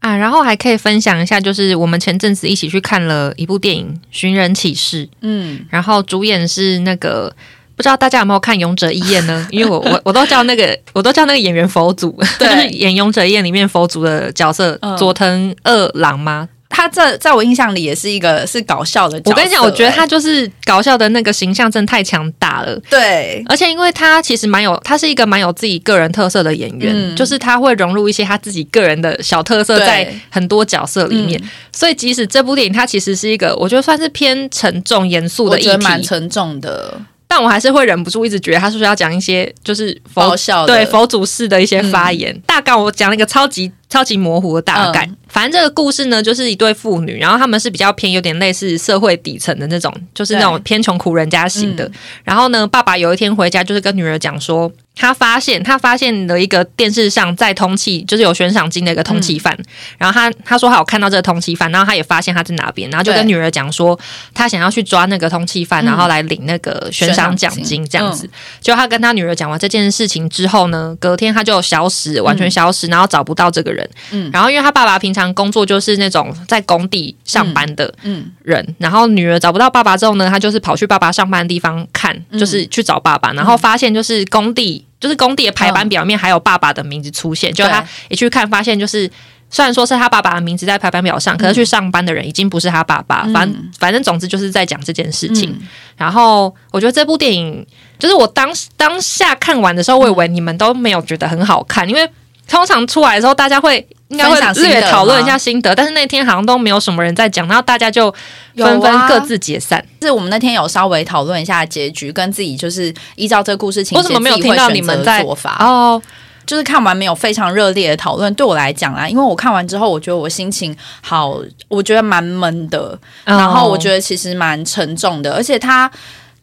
S1: 啊，然后还可以分享一下，就是我们前阵子一起去看了一部电影《寻人启事》，
S2: 嗯
S1: 然后主演是那个不知道大家有没有看《勇者义彦》 呢？因为我我我都叫那个我都叫那个演员佛祖，
S2: 对
S1: 就是演《勇者义彦》里面佛祖的角色
S2: 嗯
S1: 佐藤二郎吗？
S2: 他在在我印象里也是一个是搞笑的角色欸
S1: 我跟你讲，我觉得他就是搞笑的那个形象真的太强大了。
S2: 对
S1: 而且，因为他其实蛮有，他是一个蛮有自己个人特色的演员，
S2: 嗯
S1: 就是他会融入一些他自己个人的小特色
S2: 对
S1: 在很多角色里
S2: 嗯
S1: 面。所以，即使这部电影它其实是一个，我觉得算是偏沉重严肃
S2: 我
S1: 的议
S2: 觉得蛮
S1: 题，
S2: 沉重的
S1: 但我还是会忍不住一直觉得他是不是要讲一些就是佛
S2: 爆笑的，
S1: 对佛祖式的一些发言。大概我讲了一个超级超级模糊的大概。
S2: 嗯
S1: 反正这个故事呢，就是一对父女，然后他们是比较偏有点类似社会底层的那种，就是那种
S2: 对
S1: 偏穷苦人家型的。
S2: 嗯
S1: 然后呢，爸爸有一天回家，就是跟女儿讲说。他发现，他发现了一个电视上在通缉，就是有悬赏金的一个通缉
S2: 嗯
S1: 犯。然后他他说他有看到这个通缉犯，然后他也发现他在哪边，然后就跟
S2: 对
S1: 女儿讲说他想要去抓那个通缉犯，
S2: 嗯
S1: 然后来领那个悬赏奖
S2: 悬赏
S1: 金
S2: 金
S1: 这样子。就他跟他女儿讲完这件事情之后呢，隔天他就消失，完全消失，然后找不到这个人。
S2: 嗯
S1: 然后因为他爸爸平常工作就是那种在工地上班的
S2: 嗯
S1: 人，然后女儿找不到爸爸之后呢，他就是跑去爸爸上班的地方看，
S2: 嗯
S1: 就是去找爸爸，然后发现就是工地，就是工地的排版表面还有爸爸的名字出现，就他
S2: 对
S1: 一去看发现就是。虽然说是他爸爸的名字在排版表上，可是去上班的人已经不是他爸爸。
S2: 嗯
S1: 反反正总之就是在讲这件事情。
S2: 嗯
S1: 然后我觉得这部电影，就是我当当下看完的时候，我以为你们都没有觉得很好看，因为通常出来的时候，大家会应该
S2: 分享
S1: 会
S2: 心得
S1: 略讨论一
S2: 吗
S1: 下心得，但是那天好像都没有什么人在讲，然后大家就纷
S2: 有
S1: 纷
S2: 啊
S1: 各自解散。
S2: 是我们那天有稍微讨论一下结局，跟自己就是依照这个故事情
S1: 为
S2: 节，
S1: 什么没有
S2: 自己会
S1: 听到你们
S2: 选择
S1: 在
S2: 做法？啊
S1: 哦，
S2: 就是看完没有非常热烈的讨论，对我来讲啊啦，因为我看完之后，我觉得我心情好，我觉得蛮闷
S1: 哦
S2: 的，
S1: 嗯
S2: 然后我觉
S1: 得
S2: 得其实蛮沉重的，而且它。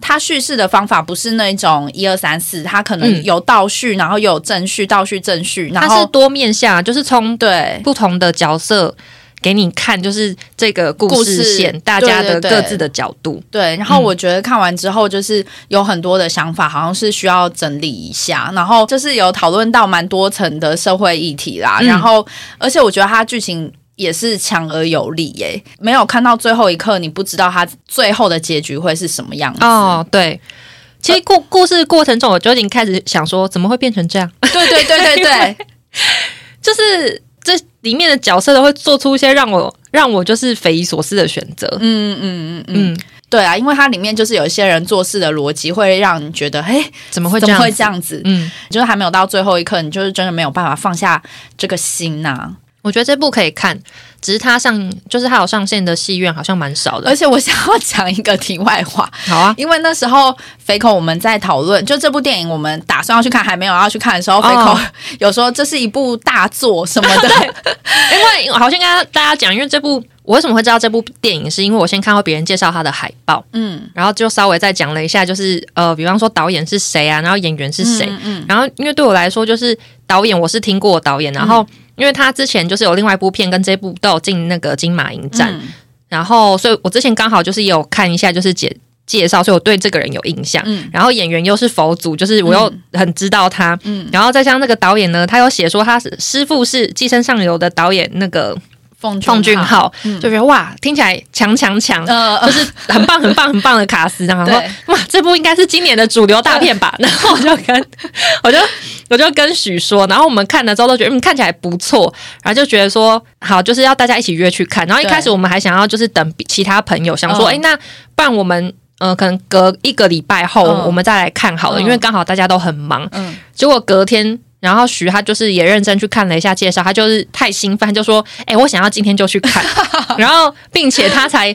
S2: 它叙事的方法不是那种一二三四，它可能
S1: 嗯
S2: 有倒叙，然后有正叙，倒叙正叙，然
S1: 它
S2: 后
S1: 是多面向，啊就是从
S2: 对
S1: 不同的角色给你看，就是这个故
S2: 故
S1: 事
S2: 事
S1: 线，大家的
S2: 对对对
S1: 各自的角度。
S2: 对，然后
S1: 嗯
S2: 我觉得看完之后，就是有很多的想法，好像是需要整理一下，然后就是有讨论到蛮多层的社会议题啦，
S1: 嗯
S2: 然后而且我觉得它剧情。也是强而有力耶、没有看到最后一刻，你不知道它最后的结局会是什么样子。
S1: 哦，对。其实故故事过程中，我就已经开始想说，怎么会变成这样？
S2: 对对对对对，
S1: 就是这里面的角色都会做出一些让我让我就是匪夷所思的选择。
S2: 嗯嗯嗯嗯，
S1: 嗯，
S2: 对啊，因为它里面就是有一些人做事的逻辑会让你觉得，哎，
S1: 怎么会
S2: 怎
S1: 这
S2: 么
S1: 样？
S2: 会这？样子？
S1: 嗯，
S2: 就是还没有到最后一刻，你就是真的没有办法放下这个心呐、
S1: 我觉得这部可以看，只是它上就是它有上线的戏院好像蛮少
S2: 而
S1: 的。
S2: 且我想要讲一个题外话，
S1: 好啊，
S2: 因为那时候肥口我们在讨论，就这部电影我们打算要去看，还没有要去看的时候，
S1: 哦嗯
S2: 肥口 有说这是一部大作什么的，
S1: 因为我好像跟大家讲，因为这部我为什么会知道这部电影，是因为我先看到别人介绍它的海报，
S2: 嗯，
S1: 然后就稍微再讲了一下，就是呃，比方说导演是谁啊，然后演员是谁，
S2: 嗯？嗯，
S1: 然后因为对我来说，就是导演我是听过导演，然后因为他之前就是有另外一部片跟这部都有进那个金马影展，
S2: 嗯
S1: 然后所以我之前刚好就是也有看一下，就是介介绍，所以我对这个人有印象。
S2: 嗯
S1: 然后演员又是佛祖，就是我又很知道他。
S2: 嗯
S1: 然后再像那个导演呢，他有写说他是师傅是《寄生上流》的导演那个
S2: 奉
S1: 奉俊
S2: 浩，
S1: 昊，
S2: 嗯
S1: 就觉得哇，听起来强强强。
S2: 呃，
S1: 就
S2: 呃
S1: 是很棒、很棒、很棒的卡斯，然后说
S2: 对
S1: 哇，这部应该是今年的主流大片 吧？然后我就跟我就我就跟许说，然后我们看了之后都觉得嗯看起来不错，然后就觉得说好，就是要大家一起约去看。然后一
S2: 对
S1: 开始我们还想要就是等其他朋友，想说
S2: 嗯
S1: 哎、诶那不然我们。呃，可能隔一个礼拜后，
S2: 嗯
S1: 我们再来看好了，
S2: 嗯
S1: 因为刚好大家都很忙。
S2: 嗯，
S1: 结果隔天，然后徐他就是也认真去看了一下介绍，他就是太兴奋，他就说：“哎、我想要今天就去看。”然后，并且他才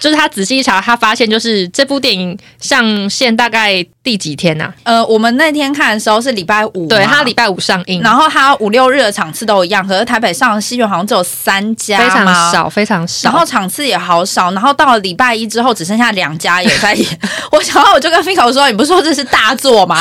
S1: 就是他仔细一查，他发现就是这部电影上线大概第几天呐、
S2: 呃，我们那天看的时候是礼拜五嘛，
S1: 对，他礼拜五上映，
S2: 然后他五六日的场次都一样，可是台北上的戏院好像只有三家，
S1: 非常。少，非常少。
S2: 然后场次也好少，然后到了礼拜一之后，只剩下两家有在 演。我想到我就跟 Fico 说：“你不是说这是大作吗？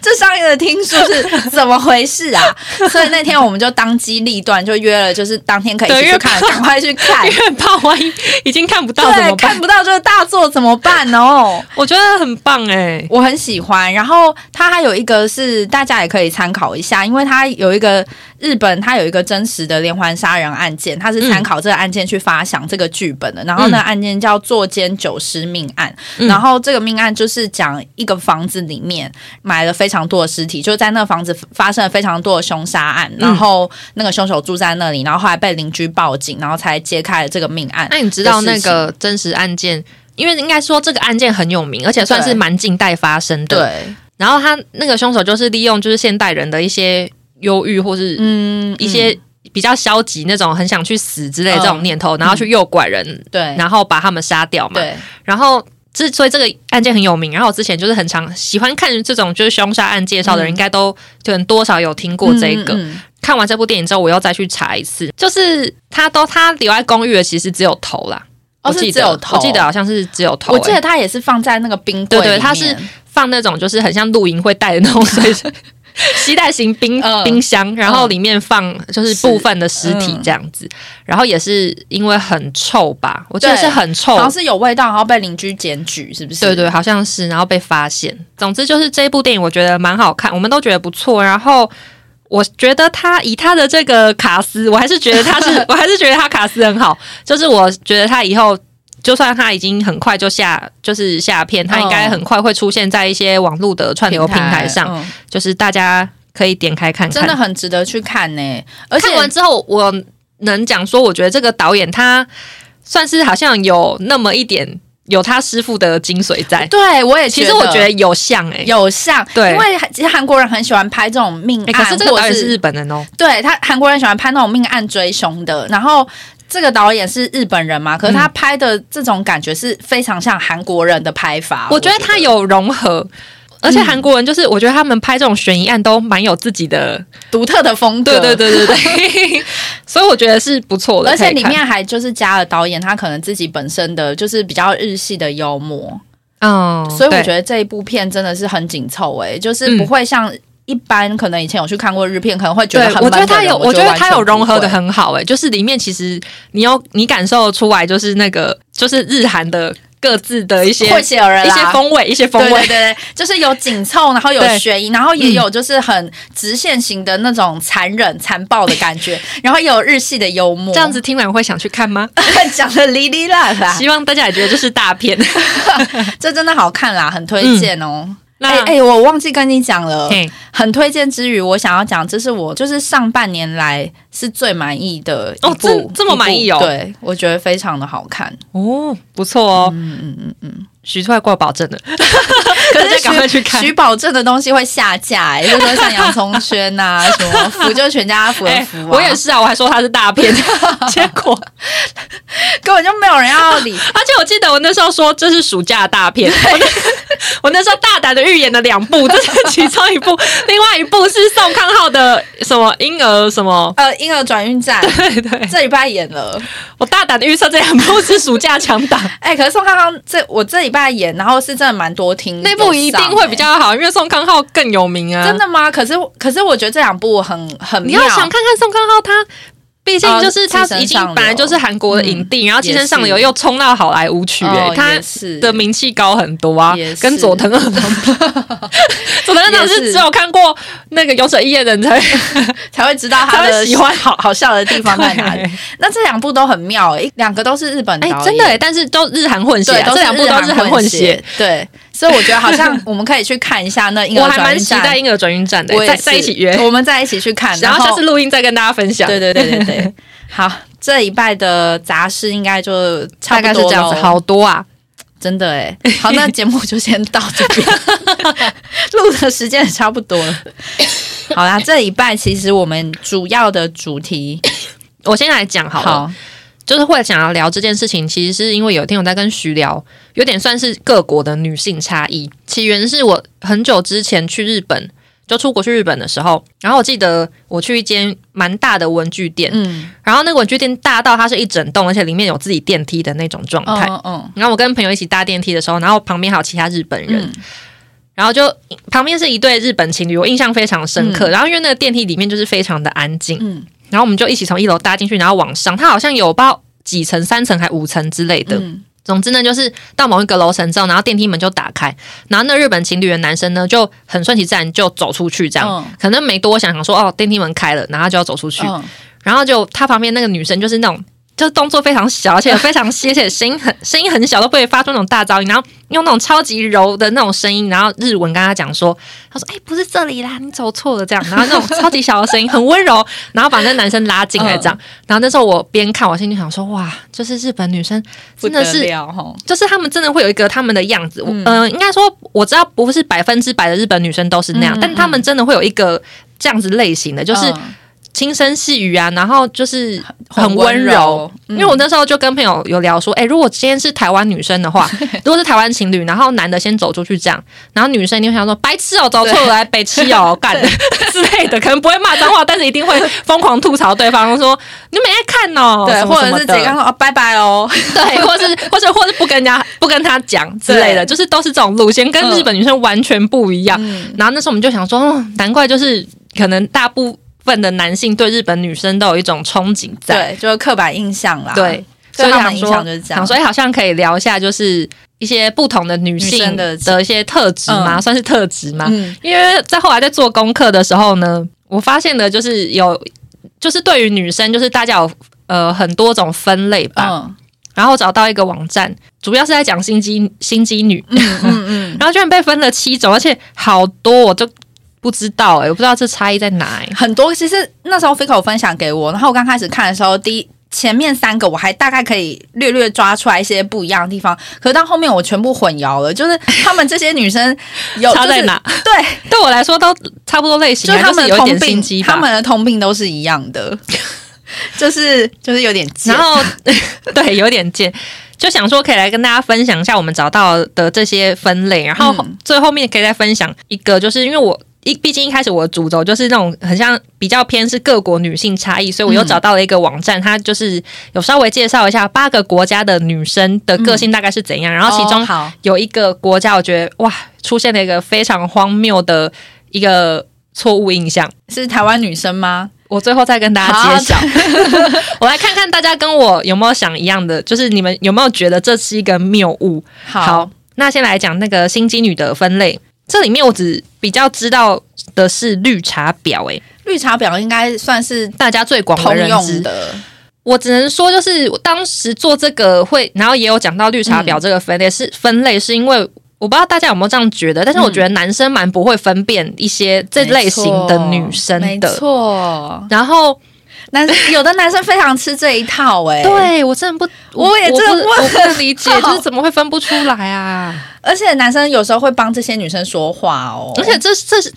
S2: 这上映的听数是怎么回事啊？所以那天我们就当机立断，就约了，就是当天可以一起去看，
S1: 对
S2: 赶快去看
S1: 因。为怕万一已经看不 到怎
S2: 对
S1: 么，办
S2: 看？不到这个大作怎么办哦？
S1: 我觉得很棒哎、
S2: 我很喜欢。然后它还有一个是大家也可以参考一下，因为它有一个日本，它有一个真实的连环杀人案件，它
S1: 嗯
S2: 是参考这个案件去发想这个剧本的。然后呢，案件叫“作奸九尸命案”，
S1: 嗯
S2: 然后这个命案就是讲一个房子里面埋了非常多的尸体，就在那个房子发生了非常多的凶杀案，
S1: 嗯
S2: 然后那个凶手住在那里，然后后来被邻居报警，然后才揭开了这个命案。
S1: 那你知道那个真实案件？因为应该说这个案件很有名，而且算是
S2: 对
S1: 蛮近代发生的。
S2: 对，
S1: 然后他那个凶手就是利用就是现代人的一些忧郁或是
S2: 嗯，
S1: 一些比较消极那种很想去死之类的这种
S2: 嗯
S1: 念头，然后去诱拐人，
S2: 对，
S1: 然后把他们杀掉嘛。
S2: 对，
S1: 然后之所以这个案件很有名，然后我之前就是很常喜欢看这种就是凶杀案介绍的人，
S2: 嗯
S1: 应该都可能多少有听过这个。
S2: 嗯嗯嗯
S1: 看完这部电影之后，我又再去查一次，就是他都他留在公寓的其实只有头啦。
S2: 哦
S1: 我记
S2: 是
S1: 得
S2: 只有头
S1: 我记得好像是只有头、
S2: 我记
S1: 欸
S2: 得它也是放在那个冰柜
S1: 对
S2: 里面，
S1: 对，它是放那种就是很像露营会带的那 种随身携带型冰、
S2: 嗯
S1: 冰箱，然后里面放就是
S2: 是
S1: 部分的尸体
S2: 嗯
S1: 这样子，然后也是因为很臭吧，我记得
S2: 对
S1: 是很臭
S2: 好，像是有味道，然后被邻居检举，是不是？
S1: 哦对对，好像是，然后被发现。总之就是这部电影，我觉得蛮好看，我们都觉得不错。然后我觉得他以他的这个卡斯，我还是觉得他 是，我还是觉得他卡斯很好。就是我觉得他以后。就算他已经很快就下，就是下片，他应该
S2: 嗯
S1: 很快会出现在一些网络的串流平台上，
S2: 嗯
S1: 就是大家可以点开看看。
S2: 真的很值得去看呢、而且
S1: 看完之后，我能讲说，我觉得这个导演他算是好像有那么一点有他师傅的精髓在。
S2: 对我也
S1: 其实我觉得有像哎、欸
S2: 有像，
S1: 对
S2: 因为其实韩国人很喜欢拍这种命
S1: 欸
S2: 案，
S1: 可是这个
S2: 或
S1: 导
S2: 者
S1: 演
S2: 是
S1: 是日本人哦，
S2: 对他韩国人喜欢拍那种命案追凶的，然后。这个导演是日本人
S1: 嗯
S2: 嘛？可是他拍的这种感觉是非常像韩国人的拍法。
S1: 我觉得他有融合，而且韩国人就是我觉得他们拍这种悬疑案都蛮有自己 的，
S2: 独特的风格，
S1: 对对对对对， 所以我觉得是不错的，
S2: 而且
S1: 可以
S2: 里
S1: 看
S2: 面还就是加了导演他可能自己本身的就是比较日系的幽默，
S1: 嗯，
S2: 所以我
S1: 对
S2: 觉得这一部片真的是很紧凑诶、就是不会像一般可能以前有去看过日片，可能会觉得
S1: 对，
S2: 很
S1: 我
S2: 闷
S1: 觉
S2: 的
S1: 得
S2: 人
S1: 他有，我觉得他有融合的。
S2: 就完全不会
S1: 很好、欸，就是里面其实你有你感受得出来，就是那个就是日韩的各自的一些
S2: 混血儿啦
S1: 一些风味，一些风
S2: 对啊对
S1: 味
S2: 对，对，就是有紧凑，然后有
S1: 对
S2: 悬疑，然后也有就是很直线型的那种残忍、残暴的感 觉，然后也有日系的幽默，
S1: 这样子听完会想去看吗？
S2: 啊讲的哩哩啦啦，
S1: 希望大家也觉得这是大 片。
S2: 哎这 真的好看啦，很推荐哦。哎
S1: 那、
S2: 哎、我忘记跟你讲了，
S1: 嗯嘿
S2: 很推荐之余，我想要讲，这是我就是上半年来是最满意的一
S1: 哦
S2: 部
S1: 这这么满意哦
S2: 一部对，我觉得非常的好看。
S1: 哦，不错哦，
S2: 嗯嗯嗯 嗯，
S1: 许出来过保证了，
S2: 可
S1: 大
S2: 是
S1: 家赶快去看
S2: 徐宝正的东西会下架、哎，就说像洋葱圈呐、什么福就全家福的
S1: 哎
S2: 福、啊
S1: 我也是啊，我还说它是大 片，结果
S2: 根本就没有人要 理。
S1: 而且我记得我那时候说这是暑假大片，我那 我那时候大胆的预言了两部，这是其中一部， 另外一部是宋康昊的什么婴儿什么。
S2: 呃，婴儿转运站
S1: 对对，
S2: 这礼拜演了，
S1: 我大胆的预测这两部是暑假强档，
S2: 哎、可是宋康康这我这礼拜演，然后是真的蛮多听 的
S1: 那部一定
S2: 上
S1: 会比、较好，因为宋康昊更有名啊。
S2: 哎真，的吗？可是可是我觉得这两部很很
S1: 你要
S2: 妙
S1: 想看看宋康昊他。毕竟就是他
S2: 哦寄生
S1: 已经
S2: 上流嗯
S1: 本来就是韩国的影帝，然后《寄生上流
S2: 也》是
S1: 又冲到好莱坞去、哎、
S2: 哦
S1: 他
S2: 也是
S1: 的名气高很多啊
S2: 也，是
S1: 跟佐藤二郎 比，佐藤二郎
S2: 也
S1: 是
S2: 是
S1: 只有看过那个《勇者一夜人》才
S2: 才会知道他
S1: 才
S2: 的
S1: 会喜欢
S2: 好好笑的地方 在哪里
S1: 对。
S2: 那这两部都很妙、欸，一两个都是日本导
S1: 哎、
S2: 演，
S1: 真的、哎，但是都日韩混血、
S2: 对，
S1: 啊，这两部都
S2: 是
S1: 是
S2: 日
S1: 韩
S2: 韩
S1: 混
S2: 血
S1: 血。，
S2: 对，所以我觉得 好像我们可以去看一下那婴
S1: 我
S2: 儿
S1: 还
S2: 转
S1: 蛮
S2: 运
S1: 期待
S2: 站，
S1: 婴儿转运站的、
S2: 我也
S1: 在
S2: 是
S1: 在一起约，
S2: 我们在一起去看，
S1: 然后下次录音再跟大家分享。
S2: 对对对 对对，好，这一拜的杂事应该就
S1: 大
S2: 差不
S1: 概是
S2: 多
S1: 这样子，
S2: 咯
S1: 好多啊，
S2: 真的哎、好， 那节目就先到这边，录的时间也差不多了。好啦，这礼拜其实我们主要的主题，
S1: 我先来讲好了。
S2: 好，
S1: 就是会想要聊这件事情，其实是因为有一天我在跟徐聊，有点算是各国的女性差异。起源是我很久之前去日本，就出国去日本的时候，然后我记得我去一间蛮大的文具店，
S2: 嗯。
S1: 然后那个文具店大到它是一整栋，而且里面有自己电梯的那种状态。
S2: 嗯嗯
S1: 然后我跟朋友一起搭电梯的时候，然后旁边还有其他日本人，
S2: 嗯，
S1: 然后就旁边是一对日本情侣，我印象非常深刻。然后因为那个电梯里面就是非常的安静，
S2: 嗯
S1: 然后我们就一起从一楼搭进去，然后往上，它好像有包几层，三层还五层之类的。
S2: 嗯
S1: 总之呢，就是到某一个楼层之后，然后电梯门就打开，然后那日本情侣的男生呢就很顺其自然就走出去，这样、
S2: 嗯
S1: 可能没多想，想说哦电梯门开了，然后他就要走出去，
S2: 嗯，
S1: 然后就他旁边那个女生就是那种。就是动作非常小，而且非常细，而且声音很 声音很小，都不会发出那种大噪音，然后用那种超级柔的那种声音，然后日文跟他讲说，他说：“哎、不是这里啦，你走错了。”这样，然后那种超级小的声音，很温柔，然后把那男生拉进来这
S2: 嗯
S1: 样。然后那时候我边看，我心里想说：“哇，就是日本女生
S2: 不
S1: 真的
S2: 得
S1: 是
S2: 了嗯哈，
S1: 就是他们真的会有一个他们的样子，我呃，应该说我知道不是百分之百的日本女生都是那样，
S2: 嗯嗯
S1: 但他们真的会有一个这样子类型的，就是
S2: 嗯
S1: 轻声细语啊，然后就是很温柔。，
S2: 嗯
S1: 因为我那时候就跟朋友有聊说，哎、如果今天是台湾女生的 话，如果是台湾情侣，然后男的先走出去这样，然后女生你会想说白痴哦、走错了，来北七哦、 干 之类的，可能不会骂脏话，但是一定会疯狂吐槽对方，说你没在看哦、
S2: 对，
S1: 什么
S2: 或
S1: 什
S2: 者
S1: 么
S2: 是直
S1: 的
S2: 接跟他说哦拜拜哦，
S1: 对，或是或者或是不跟人家不跟他讲之类的，
S2: 对
S1: 就是都是这种路线，跟日本女生完全不一样。
S2: 嗯
S1: 然后那时候我们就想说，哦，难怪就是可能大部分的男性对日本女生都有一种憧憬在，
S2: 对，就是刻板印象啦，
S1: 对，所
S2: 对
S1: 以
S2: 他
S1: 想
S2: 们印象
S1: 说
S2: 就是这样
S1: 想。说，哎，好像可以聊一下，就是一些不同的女
S2: 女
S1: 性
S2: 生的
S1: 一些特质嘛，
S2: 嗯
S1: 算是特质嘛。
S2: 嗯，
S1: 因为在后来在做功课的时候呢，我发现的就是有，就是对于女生，就是大家有呃很多种分类吧。
S2: 嗯
S1: 然后找到一个网站，主要是在讲心机心机女，
S2: 嗯嗯，
S1: 然后居然被分了七种，而且好多我都不知道哎、我不知道这差异在哪哎、
S2: 很多。其实那时候 Fico 分享给我，然后我刚开始看的时候，第一前面三个我还大概可以略略抓出来一些不一样的地方，可是到后面我全部混淆了，就是他们这些 女生有
S1: 差在？ 哪？
S2: 就是对，
S1: 对我来说都差不多类型、
S2: 就是
S1: 啊，
S2: 他
S1: 就
S2: 们
S1: 是有
S2: 的
S1: 一
S2: 通
S1: 点心
S2: 病，
S1: 机
S2: 他
S1: 吧。
S2: 们的通病都是一样的，就是就是有点贱
S1: 然后 对，有点贱，就想说可以来跟大家分享一下我们找到的这些分类，然后
S2: 嗯
S1: 最后面可以再分享一个，就是因为我。一毕竟一开始我的主轴就是那种很像比较偏是各国女性差异，所以我又
S2: 嗯
S1: 找到了一个网站，它就是有稍微介绍一下八个国家的女生的个性大概是怎样，然后其中
S2: 嗯哦好
S1: 有一个国家，我觉得哇，出现了一个非常荒谬的一个错误印象，
S2: 是台湾女生吗？
S1: 我最后再跟大家揭晓。 我来看看大家跟我有没有想一样的，就是你们有没有觉得这是一个谬误？
S2: 好，
S1: 那先来讲那个心机女的分类，这里面我只比较知道的是绿茶婊、欸，
S2: 绿茶婊应该算是
S1: 大家最广
S2: 通
S1: 为人
S2: 用
S1: 知。
S2: 的，
S1: 我只能说，就是我当时做这个会，然后也有讲到绿茶
S2: 嗯
S1: 婊这个分类、是分类，是因为我不知道大家有没有这样觉得，但是我
S2: 嗯
S1: 觉得男生蛮不会分辨一些这类型的女
S2: 没
S1: 生的。
S2: 错。
S1: 然后
S2: 男有的男生非常吃这一套哎、，
S1: 对我真的不，
S2: 我也真的，
S1: 不我不能理解就是怎么会分不出来啊？
S2: 而且男生有时候会帮这些女生说话哦，
S1: 而且这这是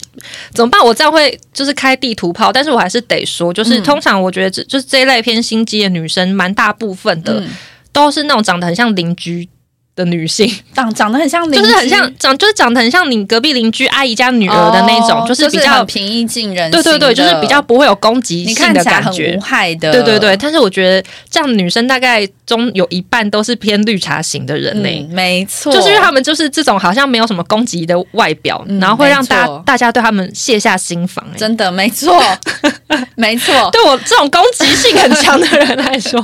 S1: 怎么办？我这样会就是开地图炮，但是我还是得说，就是、
S2: 嗯
S1: 通常我觉得这就是这一类偏心机的女生，蛮大部分的、
S2: 嗯
S1: 都是那种长得很像邻居的女性，
S2: 长长得很像邻居，
S1: 就是很像长就是长得很像你隔壁邻居阿姨家女儿的那种，
S2: 哦
S1: 就是比较
S2: 很平易近人，
S1: 对对对，就是比较。不会有攻击
S2: 你
S1: 性
S2: 看
S1: 的
S2: 起来
S1: 感
S2: 很
S1: 觉
S2: 无。害的，
S1: 对对对，但是我觉得这样的女生大概中有一半都是偏绿茶型的人
S2: 嗯
S1: 呢、
S2: 没错，
S1: 就是因为他们就是这种好像没有什么攻击的外表，
S2: 嗯
S1: 然后会让大
S2: 没错
S1: 大家对他们卸下心防、欸。
S2: 真的 没错，没错。
S1: 对我这种攻击性很强的人来 说，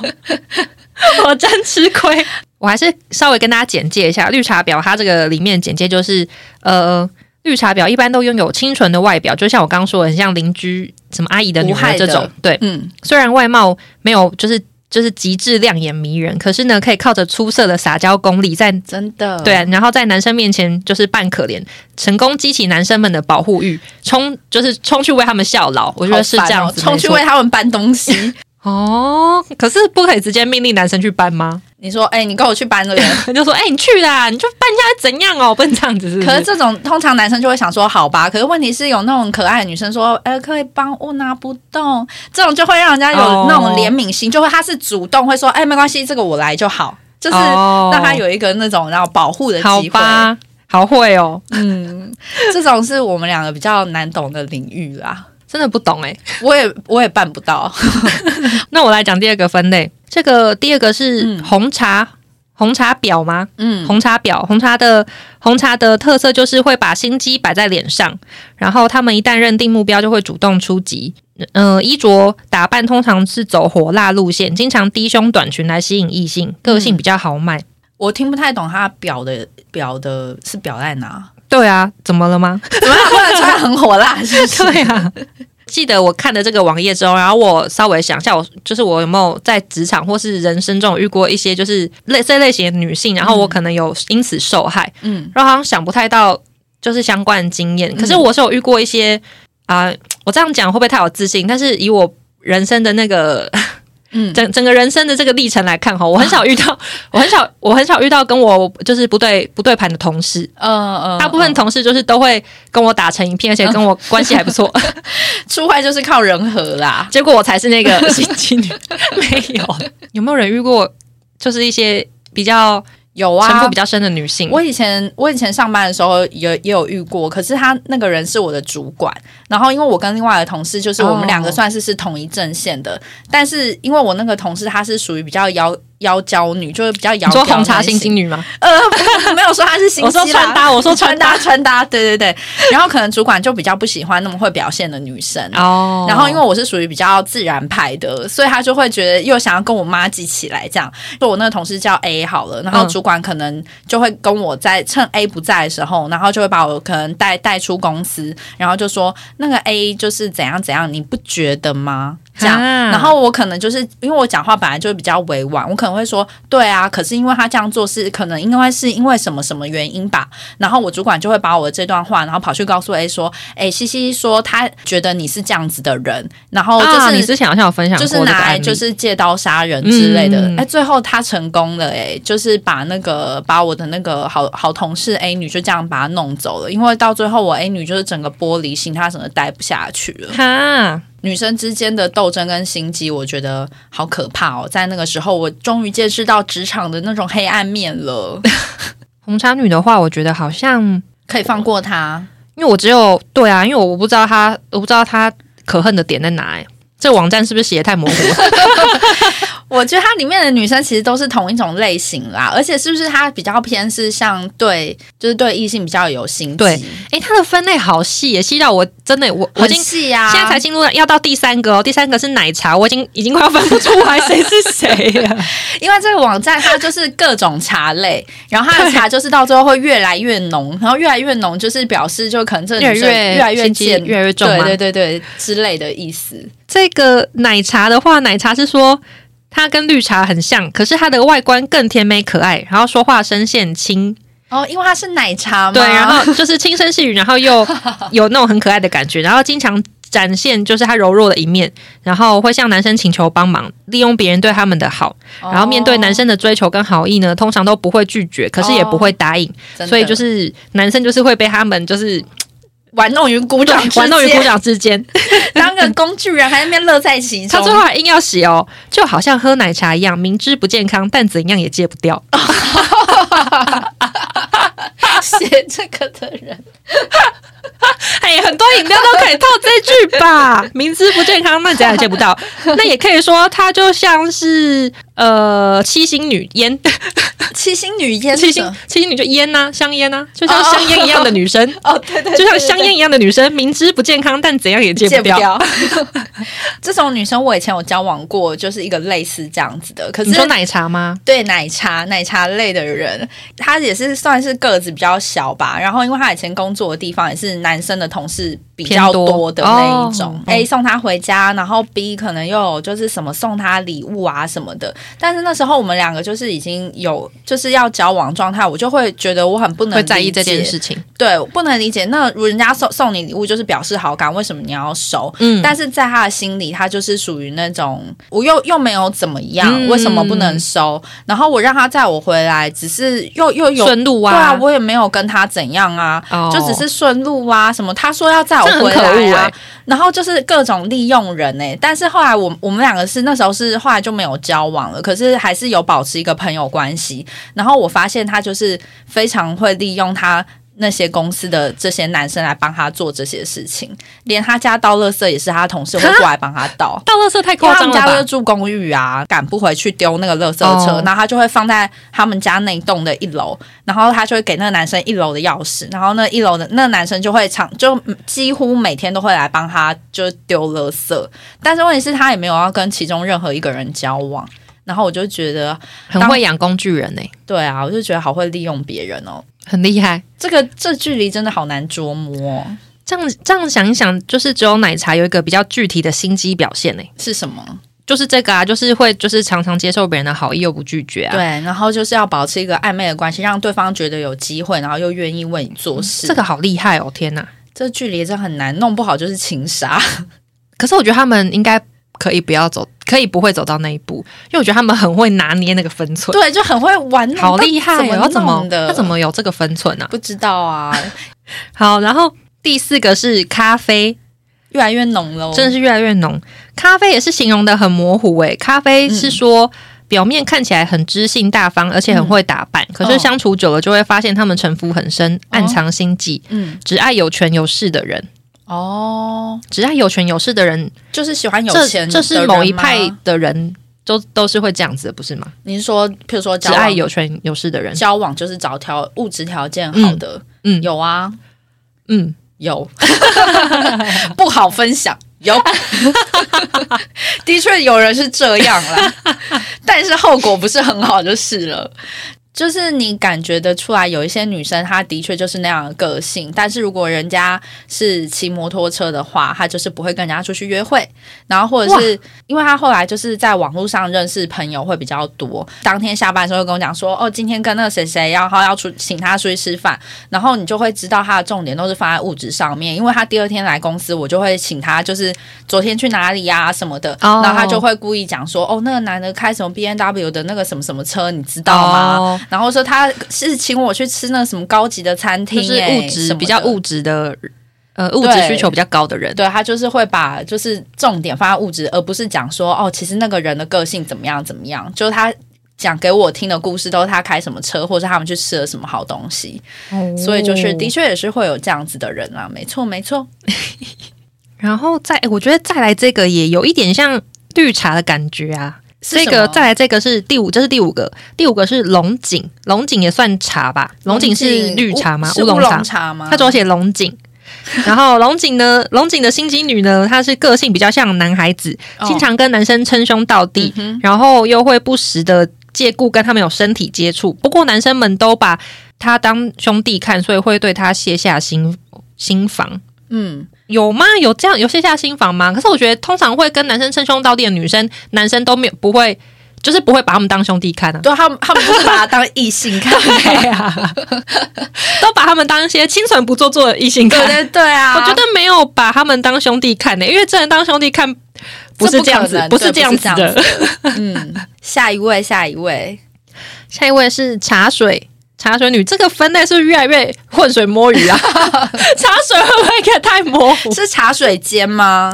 S1: 我真吃亏。我还是稍微跟大家简介一下绿茶婊，它这个里面简介就是呃。绿茶婊一般都拥有清纯的外表，就像我刚刚说的，很像邻居什么阿姨的女
S2: 无
S1: 儿
S2: 害
S1: 这
S2: 的
S1: 种。对，
S2: 嗯，
S1: 虽然外貌没有就是就是极致亮眼迷人，可是呢，可以靠着出色的撒娇功力，在
S2: 真的，
S1: 对，啊然后在男生面前就是扮可怜，成功激起男生们的保护欲，冲就是冲去为他们效劳，我
S2: 我
S1: 觉得是这样子，
S2: 哦冲去为他们搬东 西。
S1: 哦。可是不可以直接命令男生去搬吗？
S2: 你说，哎，你跟我去搬这个。
S1: 就说，哎、你去啦，你就搬一下怎样哦，不能这样子是不
S2: 可是这种通常男生就会想说，好吧。可是问题是有那种可爱的女生说，哎，可以帮我拿不动，这种就会让人家有
S1: 哦
S2: 那种怜悯心，就会他是主动会说，哎，没关系，这个我来就好，就是
S1: 哦
S2: 让他有一个那种然后保护的
S1: 好
S2: 机会。
S1: 吧，好会哦，
S2: 嗯，这种是我们两个比较难懂的领域啦。
S1: 真的不懂哎、
S2: 我也我也办不到，
S1: 那我来讲第二个分类，这个第二个是
S2: 嗯
S1: 红茶。红茶婊吗？
S2: 嗯，
S1: 红茶婊，红茶的红茶的特色就是会把心机摆在脸上，然后他们一旦认定目标，就会主动出击。呃，衣着打扮通常是走火辣路线，经常低胸短裙来吸引异性，个
S2: 嗯
S1: 性比较豪迈。
S2: 我听不太懂他表的表的是表 在哪，
S1: 对啊，怎么了吗？
S2: 怎么他突然穿很火辣？是不是？
S1: 对啊。 记得我看了这个网页之后，然后我稍微想一下我，就是我有没有在职场或是人生中有遇过一些就是类这类型的女性，然后我可能有因此受害，
S2: 嗯，
S1: 然后好像想不太到就是相关的经验。可是我是有遇过一些啊、我这样讲会不会太有自信？但是以我人生的那个
S2: 嗯
S1: 整整个人生的这个历程来看哈，我很少遇 到，我很少我很少遇到跟我就是不对不对盘的同事。
S2: 呃呃，
S1: 大部分同事就是都会跟我打成一片，而且跟我关系还不错。
S2: 出坏就是靠人和啦。
S1: 结果我才是那 个心机女，没有。有没有人遇过就是一些比较
S2: 有
S1: 城
S2: 啊
S1: 府比，较深的女性？
S2: 我以前我以前上班的时候也也有遇过，可是他那个人是我的主管，然后因为我跟另外的同事就是我
S1: 哦
S2: 们两个算是是同一阵线的，但是因为我那个同事她是属于比较妖妖娇女，就是比较妖
S1: 你
S2: 娇
S1: 说
S2: 的
S1: 红茶
S2: 那一
S1: 心
S2: 型
S1: 机女吗？
S2: 呃， 没有说他是心机
S1: 我说
S2: 啦，
S1: 穿搭我说穿搭
S2: 穿搭 穿搭，对对对，然后可能主管就比较不喜欢那么会表现的女生。
S1: 哦
S2: 然后，因为我是属于比较自然派的，所以他就会觉得又想要跟我妈挤起来，这样。就我那个同事叫 A 好了，然后
S1: 嗯
S2: 主管可能就会跟我在趁 A 不在的时候，然后就会把我可能带带出公司，然后就说那个 A 就是怎样怎样，你不觉得吗？这样，
S1: 啊
S2: 然后我可能就是因为我讲话本来就比较委婉，我可能会说对啊，可是因为他这样做是可能因为是因为什么什么原因吧，然后我主管就会把我的这段话，然后跑去告诉 A 说，哎，西西说他觉得你是这样子的人，然后就是、
S1: 啊，你之前好像有分享
S2: 就
S1: 过
S2: 是
S1: 这个
S2: 拿来
S1: 案例，
S2: 就是借刀杀人之类的
S1: 嗯嗯。嗯
S2: 哎、最后他成功了、哎，就是把那个把我的那个好好同事 A 女就这样把她弄走了，因为到最后我 A 女就是整个玻璃心，她整个待不下去了。
S1: 哈，
S2: 女生之间的斗争跟心机，我觉得好可怕哦。在那个时候，我终于见识到职场的那种黑暗面 了，
S1: 红茶女的话，我觉得好像，
S2: 可以放过她。
S1: 因为我只有对啊，因为我不知道她，我不知道她可恨的点在哪、欸。这网站是不是写的太 模糊了？
S2: 我觉得它里面的女生其实都是同一种类型啦，而且是不是它比较偏是像对，就是对异性比较有心机，
S1: 对诶，她的分类好细耶，细到我真的我我已
S2: 很
S1: 经
S2: 细啊。
S1: 现在才进入到要到第三个哦，第三个是奶茶，我已经已经快要分不出来谁是谁了。
S2: 因为这个网站它就是各种茶类，然后它的茶就是到最后会越来越浓，然后越来越浓就是表示就可能这个女生越来越
S1: 心机
S2: 贱，
S1: 越来越重嘛。
S2: 对对对对之类的意思。
S1: 这个奶茶的话，奶茶是说它跟绿茶很像，可是它的外观更甜美可爱，然后说话声线轻，
S2: 哦，因为它是奶茶嘛，
S1: 对，然后就是轻声细语，然后又有那种很可爱的感觉，然后经常。展现就是它柔弱的一面，然后会向男生请求帮忙，利用别人对他们的好，
S2: 哦
S1: 然后面对男生的追求跟好意呢，通常都不会拒绝，可是也不会答应，
S2: 真的
S1: 所以就是男生就是会被他们就是
S2: 玩弄于鼓掌之间，
S1: 玩弄于鼓掌之间，
S2: 当个工具人，还在那边乐在其
S1: 他
S2: 中
S1: 最。后还硬要洗哦，就好像喝奶茶一样，明知不健康，但怎样也戒不掉。
S2: 写这个的人，
S1: 哎，很多饮料都可以套这句 吧？明知不健康，但怎样也戒不掉。那也可以说，它就像是呃七星女 烟，
S2: 七星女烟
S1: 七星
S2: 者
S1: 七星女就烟呐、香烟呐、就像香烟一样的女生。
S2: 哦， 对对，
S1: 就像
S2: 对对
S1: 香烟一样的女生，明知不健康，但怎样也戒
S2: 戒
S1: 不
S2: 不
S1: 掉。
S2: 掉。 这种女生我以前有交往过，就是一个类似这样子的，可是
S1: 你说奶茶吗？
S2: 对奶茶、奶茶类的人，她也是算是个子比较小吧。然后，因为她以前工作的地方也是男生的同事比较多的那一种
S1: 偏多哦
S2: ，A 送她回家，然后 B 可能又有就是什么送她礼物啊什么的。但是那时候我们两个就是已经有就是要交往状态，我就会觉得我很不能
S1: 会在意这
S2: 理
S1: 件
S2: 解，
S1: 事情？
S2: 对，我不能理解。那如果人家送送你礼物就是表示好感，为什么你要收？
S1: 嗯，
S2: 但是在他的心里，他就是属于那种我又又没有怎么样，
S1: 嗯
S2: 为什么不能收？然后我让他载我回来，只是又又有
S1: 顺路
S2: 对啊，我也没有跟他怎样啊。
S1: 哦
S2: 就只是顺路啊，什么他说要载我回
S1: 这
S2: 来
S1: 很可恶
S2: 啊，
S1: 欸
S2: 然后就是各种利用人哎、但是后来我我们两个是那时候是后来就没有交往了，可是还是有保持一个朋友关系。然后我发现他就是非常会利用他那些公司的这些男生来帮他做这些事情，连他家倒垃圾也是他同事会过来帮他倒。
S1: 倒垃圾太
S2: 因为
S1: 夸
S2: 他
S1: 张
S2: 们
S1: 了
S2: 家就
S1: 吧
S2: 是？住公寓啊，赶不回去丢那个垃圾车
S1: 哦
S2: 然后他就会放在他们家那一栋的一楼，然后他就会给那个男生一楼的钥匙，然后那一楼的那个男生就会常就几乎每天都会来帮他就丢垃圾，但是问题是他也没有要跟其中任何一个人交往，然后我就觉得，
S1: 很会养工具人呢、欸
S2: 对啊，我就觉得好会利用别人哦，
S1: 很厉害。
S2: 这个这距离真的好难捉摸、哦，
S1: 这样这样想一想，就是只有奶茶有一个比较具体的心机表现呢、
S2: 是什么？
S1: 就是这个啊，就是会就是常常接受别人的好意又不拒绝啊。
S2: 对，然后就是要保持一个暧昧的关系，让对方觉得有机会，然后又愿意为你做事。
S1: 这个好厉害哦，天哪！
S2: 这距离真很难，弄不好就是情 杀。
S1: 可是我觉得他们应该可以不要走，可以不会走到那一步，因为我觉得他们很会拿捏那个分寸，
S2: 对，就很会玩弄，
S1: 好厉害哦！要
S2: 到
S1: 怎
S2: 底怎
S1: 么
S2: 弄的？
S1: 他怎么有这个分寸啊？
S2: 不知道啊？
S1: 好，然后第四个是咖啡，
S2: 越来越浓喽，
S1: 真的是越来越浓。咖啡也是形容的很模糊诶、咖啡是说。
S2: 嗯
S1: 表面看起来很知性大方，而且很会打
S2: 嗯
S1: 扮，可是相处久了就会发现他们城府很深，
S2: 哦
S1: 暗藏心计，
S2: 嗯
S1: 只爱有权有势的人，
S2: 哦，
S1: 只爱有权有势的人，
S2: 就是喜欢有
S1: 这
S2: 钱
S1: 这是
S2: 的人
S1: 某一
S2: 吗
S1: 派的人都都是会这样子的，不是吗？
S2: 你是说，譬如说
S1: 只
S2: 交
S1: 爱
S2: 往，
S1: 有权有势的人，
S2: 交往就是找条物质条件好的，
S1: 嗯
S2: 有啊，
S1: 嗯，
S2: 有， 不好分享。有， 的确有人是这样啦，但是后果不是很好就是了。就是你感觉得出来，有一些女生她的确就是那样的个性，但是如果人家是骑摩托车的话，她就是不会跟人家出去约会，然后或者是因为她后来就是在网络上认识朋友会比较多，当天下班的时候会跟我讲说，哦，今天跟那个谁谁要，然后要出请她出去吃饭，然后你就会知道他的重点都是放在物质上面，因为他第二天来公司，我就会请他就是昨天去哪里呀、什么的
S1: 哦
S2: 然后他就会故意讲说，哦，那个男的开什么 B N W 的那个什么什么车，你知道吗？
S1: 哦
S2: 然后说他是请我去吃那个什么高级的餐厅、
S1: 就是
S2: 欸，
S1: 物质
S2: 什么的
S1: 比较物质的，呃，物质
S2: 对
S1: 需求比较高的人，
S2: 对他就是会把就是重点放在物质，而不是讲说哦，其实那个人的个性怎么样怎么样，就是他。讲给我听的故事都是他开什么车，或者他们去吃了什么好东西，所以就是的确也是会有这样子的人啦，没错没错，
S1: 然后再，哎我觉得再来这个也有一点像绿茶的感觉啊。
S2: 是
S1: 这
S2: 什
S1: 个
S2: 么
S1: 再来这个是第五，这是第五个，第五个是龙井，龙井也算茶吧？龙井是绿茶吗？
S2: 乌
S1: 龙
S2: 龙茶吗？
S1: 它主要写龙井。然后龙井呢， 龙井的心机女呢，她是个性比较像男孩子，
S2: 哦嗯
S1: 经常跟男生称兄道弟，然后又会不时的借故跟他们有身体接触。不过男生们都把她当兄弟看，所以会对她卸下心心防。
S2: 嗯，
S1: 有吗？有这样有卸下心防吗？可是我觉得通常会跟男生称兄道弟的女生，男生都没有不会，就是不会把他们当兄弟看啊，
S2: 对他们他们不是把它当异性看， 对啊
S1: 都把他们当一些清纯不做作的异性看。
S2: 对对啊，
S1: 我觉得没有把他们当兄弟看呢、欸因为真的当兄弟看不是这样子
S2: 这，
S1: 不
S2: 不
S1: 是
S2: 可能
S1: 这样子
S2: 对不
S1: 的。
S2: 嗯，下一位下一位，
S1: 下一位是茶水。茶水女这个分类是不是越来越浑水摸鱼啊， 茶水会不会也太模糊？
S2: 是茶水间吗？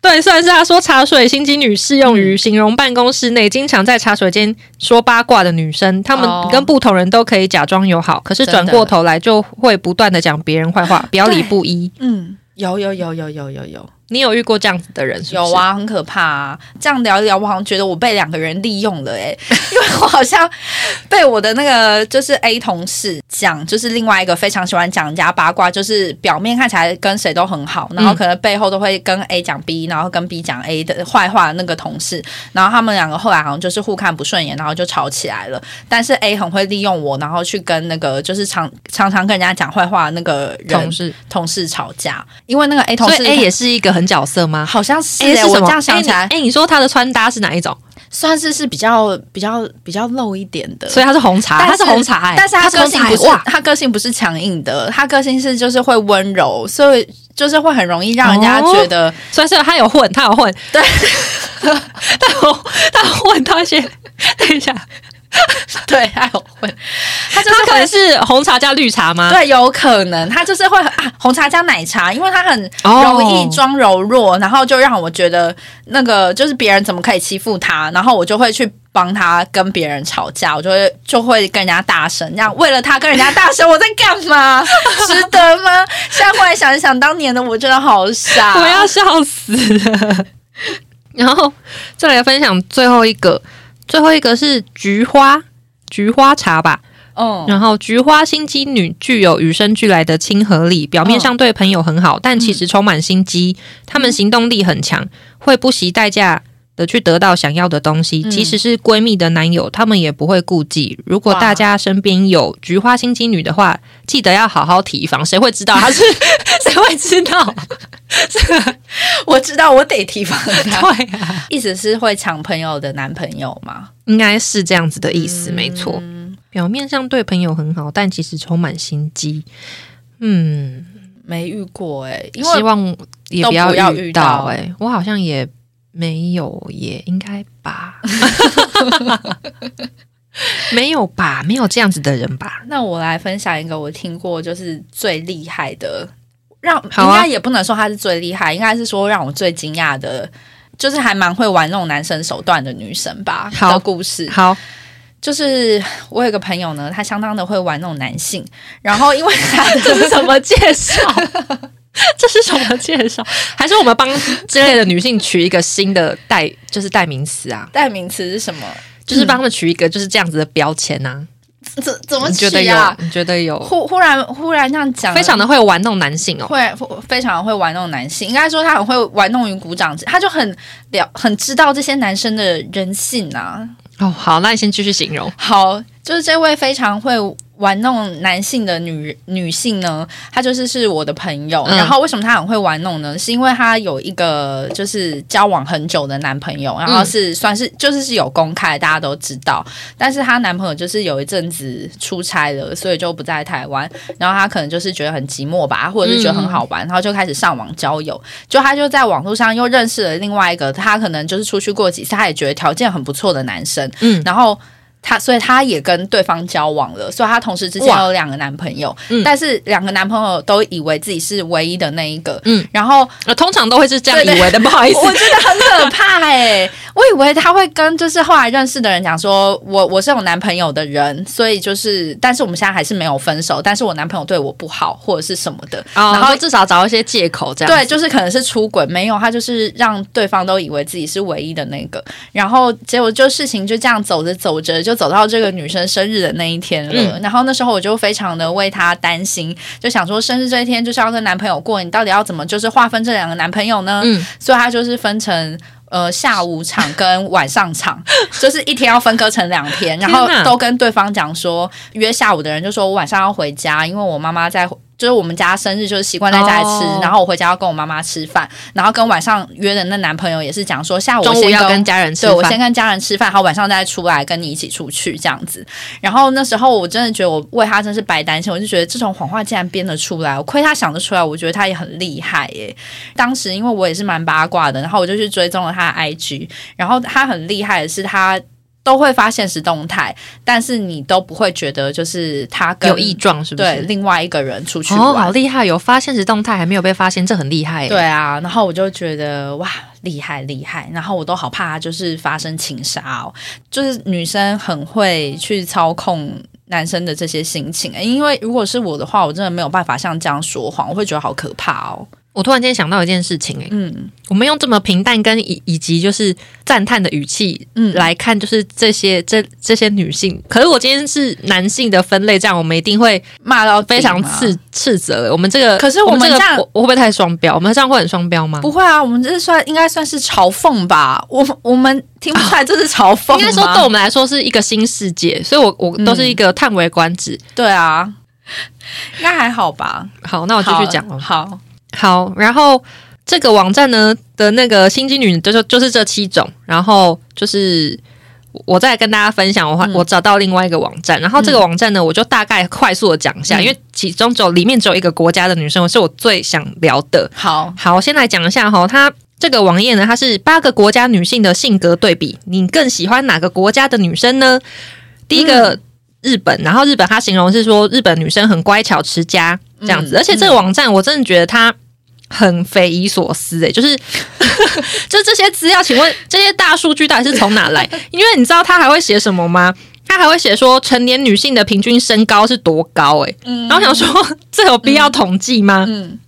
S1: 对，虽然是他说茶水心机女适用
S2: 嗯
S1: 于形容办公室内经常在茶水间说八卦的女生，她
S2: 哦
S1: 们跟不同人都可以假装友好，可是转过头来就会不断的讲别人坏话，表里不一。
S2: 嗯，有有有有有有有
S1: 你有遇过这样子的人是不是？
S2: 有，啊，很可怕啊！这样聊一聊，我好像觉得我被两个人利用了哎、 因为我好像被我的那个就是 A 同事讲，就是另外一个非常喜欢讲人家八卦，就是表面看起来跟谁都很好，
S1: 嗯
S2: 然后可能背后都会跟 A 讲 B，然后跟 B 讲 A 的坏话的那个同事，然后他们两个后来好像就是互看不顺眼，然后就吵起来了。但是 A 很会利用我，然后去跟那个就是常常常跟人家讲坏话的那个人
S1: 同事，
S2: 同事吵架，因为那个 A 同
S1: 所
S2: 事
S1: 以 A 也是一个很角色吗？
S2: 好像是、
S1: A
S2: 欸，
S1: 是
S2: 我
S1: 什
S2: 这
S1: 么？
S2: 样想起来，
S1: 哎、你说她的穿搭是哪一种？
S2: 算是是比较比较比较露一点的。
S1: 所以她是红茶，
S2: 呃但
S1: 她
S2: 是
S1: 是红茶、哎，
S2: 但啊是他
S1: 她
S2: 个性不
S1: 红
S2: 是
S1: 茶哎哇，
S2: 他个性不是强硬的，他个性是就是会温柔，所以就是会很容易让人家
S1: 哦
S2: 觉得，
S1: 所以是她有混，她有混，
S2: 对，
S1: 她有她有混到一些。等一下，
S2: 对，他有会，他就
S1: 她
S2: 是
S1: 可能
S2: 会。
S1: 是红茶加绿茶吗？
S2: 对，有可能他就是会啊，红茶加奶茶，因为他很
S1: 哦
S2: 容易装柔弱然后就让我觉得那个就是别人怎么可以欺负他，然后我就会去帮他跟别人吵架，我就会就会跟人家大声，这样为了他跟人家大声，我在干 嘛？值得吗？现在回来想一想，当年的我真的好傻。
S1: 我要笑死了。然后再来分享最后一个，最后一个是菊花，菊花茶吧。
S2: 嗯，
S1: 然后菊花心机女具有与生俱来的亲和力，表面上对朋友很好，
S2: 嗯
S1: 但其实充满心机。她们行动力很强，会不惜代价。的去得到想要的东西，
S2: 嗯
S1: 即使是闺蜜的男友，她们也不会顾忌。如果
S2: 哇
S1: 大家身边有菊花心机女的话，记得要好好提防。谁会知 道她是？谁会知道？
S2: 我知道，我得提防 他。
S1: 对啊、
S2: 意思是会抢朋友的男朋友吗？
S1: 应该是这样子的意思，没错。
S2: 嗯
S1: 表面上对朋友很好，但其实充满心机。嗯，
S2: 没遇过哎、因
S1: 希
S2: 为
S1: 望也
S2: 都不要
S1: 要
S2: 遇到
S1: 到、欸。哎，我好像也没有，也应该吧。 没有吧？没有这样子的人吧？
S2: 那我来分享一个我听过就是最厉害的，让、
S1: 好
S2: 应
S1: 啊
S2: 该也不能说她是最厉害，应该是说让我最惊讶的，就是还蛮会玩弄男生手段的女生吧
S1: 好
S2: 的故事。
S1: 好，
S2: 就是我有个朋友呢，他相当的会玩弄男性，然后因为他
S1: 这是什么介绍？ 这是什么介绍？还是我们帮之类的女性取一个新的代，就是代名词啊，
S2: 代名词是什么？
S1: 就是帮她们取一个就是这样子的标签啊。
S2: 怎嗯怎么
S1: 你觉得
S2: 起
S1: 有
S2: 啊？？
S1: 你觉得有？
S2: 忽忽然忽然这样讲，
S1: 非常的会玩弄男性哦。
S2: 会非常会玩弄男性，应该说他很会玩弄于鼓掌之，他就很了很知道这些男生的人性啊。
S1: 哦，好，那你先继续形容。
S2: 好，就是这位非常会玩弄男性的女女性呢，她就是是我的朋友。
S1: 嗯
S2: 然后为什么她很会玩弄呢？是因为她有一个就是交往很久的男朋友，然后是算是就是是有公开，大家都知道。但是她男朋友就是有一阵子出差了，所以就不在台湾。然后她可能就是觉得很寂寞吧，或者是觉得很好玩，然后就开始上网交友。就她就在网络上又认识了另外一个，她可能就是出去过几次，她也觉得条件很不错的男生。
S1: 嗯
S2: 然后她，所以她也跟对方交往了，所以她同时之间
S1: 哇
S2: 有两个男朋友，
S1: 嗯
S2: 但是两个男朋友都以为自己是唯一的那一个，
S1: 嗯
S2: 嗯，然后
S1: 呃，通常都会是这样
S2: 对对
S1: 以为的，不好意思
S2: 我。觉得很可怕哎、我以为她会跟就是后来认识的人讲说，我我是有男朋友的人，所以就是，但是我们现在还是没有分手，但是我男朋友对我不好或者是什么的，
S1: 哦
S2: 然后
S1: 说至少找一些借口这样。
S2: 对，，就是可能是出轨，没有他就是让对方都以为自己是唯一的那个，然后结果就事情就这样走着走着，就走到这个女生生日的那一天了。
S1: 嗯
S2: 然后那时候我就非常的为她担心，就想说生日这一天就是要跟男朋友过，你到底要怎么就是划分这两个男朋友呢？
S1: 嗯
S2: 所以她就是分成。呃，下午场跟晚 上场，就是一天要分割成两天，然后
S1: 天哪
S2: 都跟对方讲说，约下午的人就说我晚上要回家，因为我妈妈在，就是我们家生日就是习惯在家里吃
S1: 哦
S2: 然后我回家要跟我妈妈吃饭，然后跟晚上约的那男朋友也是讲说下午我
S1: 中午
S2: 先
S1: 要跟家人吃
S2: 对我
S1: 饭
S2: 先。跟家人吃饭，好晚上再出来跟你一起出去这样子。然后那时候我真的觉得我为他真是白担心，我就觉得这种谎话竟然编得出来，我亏他想得出来，我觉得他也很厉害耶。当时因为我也是蛮八卦的，然后我就去追踪了他的 IG，然后他很厉害的是他。都会发现实动态，但是你都不会觉得就是他跟
S1: 有异状是不
S2: 对
S1: 是？
S2: 另外一个人出去玩，
S1: 哦，好厉害！有发现实动态还没有被发现，这很厉害耶。
S2: 对啊，然后我就觉得哇，厉害厉害，然后我都好怕就是发生情杀哦，就是女生很会去操控。男生的这些心情，诶因为如果是我的话，我真的没有办法像这样说谎，我会觉得好可怕哦。
S1: 我突然间想到一件事情，哎，
S2: 嗯
S1: 我们用这么平淡跟以以及就是赞叹的语气
S2: 嗯
S1: 来看，就是这些这这些女性。可是我今天是男性的分类，这样我们一定会
S2: 骂到
S1: 非常
S2: 刺，
S1: 斥斥责。我们这个，
S2: 可是
S1: 我
S2: 我们
S1: 这个
S2: 这样
S1: 我我会不会太双标？我们这样会很双标吗？
S2: 不会啊，我们这算应该算是嘲讽吧？我们我们听不出来这是嘲讽吗、
S1: 应该说对我们来说是一个新世界，所以我我都是一个叹为观止。
S2: 对啊，应该还好吧？
S1: 好，那我继续讲哦。
S2: 好，
S1: 好，然后这个网站呢的那个心机女就是就是这七种，然后就是我再跟大家分享，我
S2: 嗯
S1: 还、我找到另外一个网站，然后这个网站呢，我就大概快速的讲一下，
S2: 嗯
S1: 因为其中只有里面只有一个国家的女生是我最想聊的。
S2: 好，
S1: 好，我先来讲一下哈，它。这个网页呢，它是八个国家女性的性格对比，你更喜欢哪个国家的女生呢？第一个、日本，然后日本它形容是说日本女生很乖巧持家这样子，
S2: 嗯
S1: 而且这个网站我真的觉得它很匪夷所思诶、就是 就这些资料，请问 这些大数据到底是从哪来？因为你知道他还会写什么吗？他还会写说成年女性的平均身高是多高、欸？诶、然后想说 这有必要统计吗？
S2: 嗯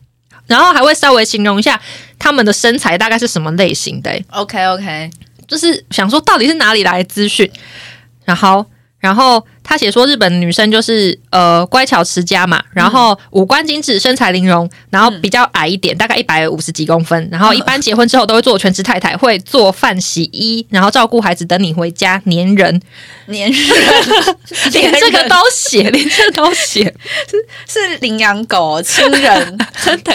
S1: 然后还会稍微形容一下他们的身材大概是什么类型的、欸
S2: ，OK OK，
S1: 就是想说到底是哪里来的资讯。然后，然后他写说日本女生就是呃乖巧持家嘛，然后五官精致，身材玲珑，然后比较矮一点，大概一百五十几公分，然后一般结婚之后都会做全职太太，会做饭、洗衣，然后照顾孩子，等你回家，粘人，
S2: 年人
S1: 连这个都写，连这个都写，
S2: 是领养狗亲 人。
S1: 真的，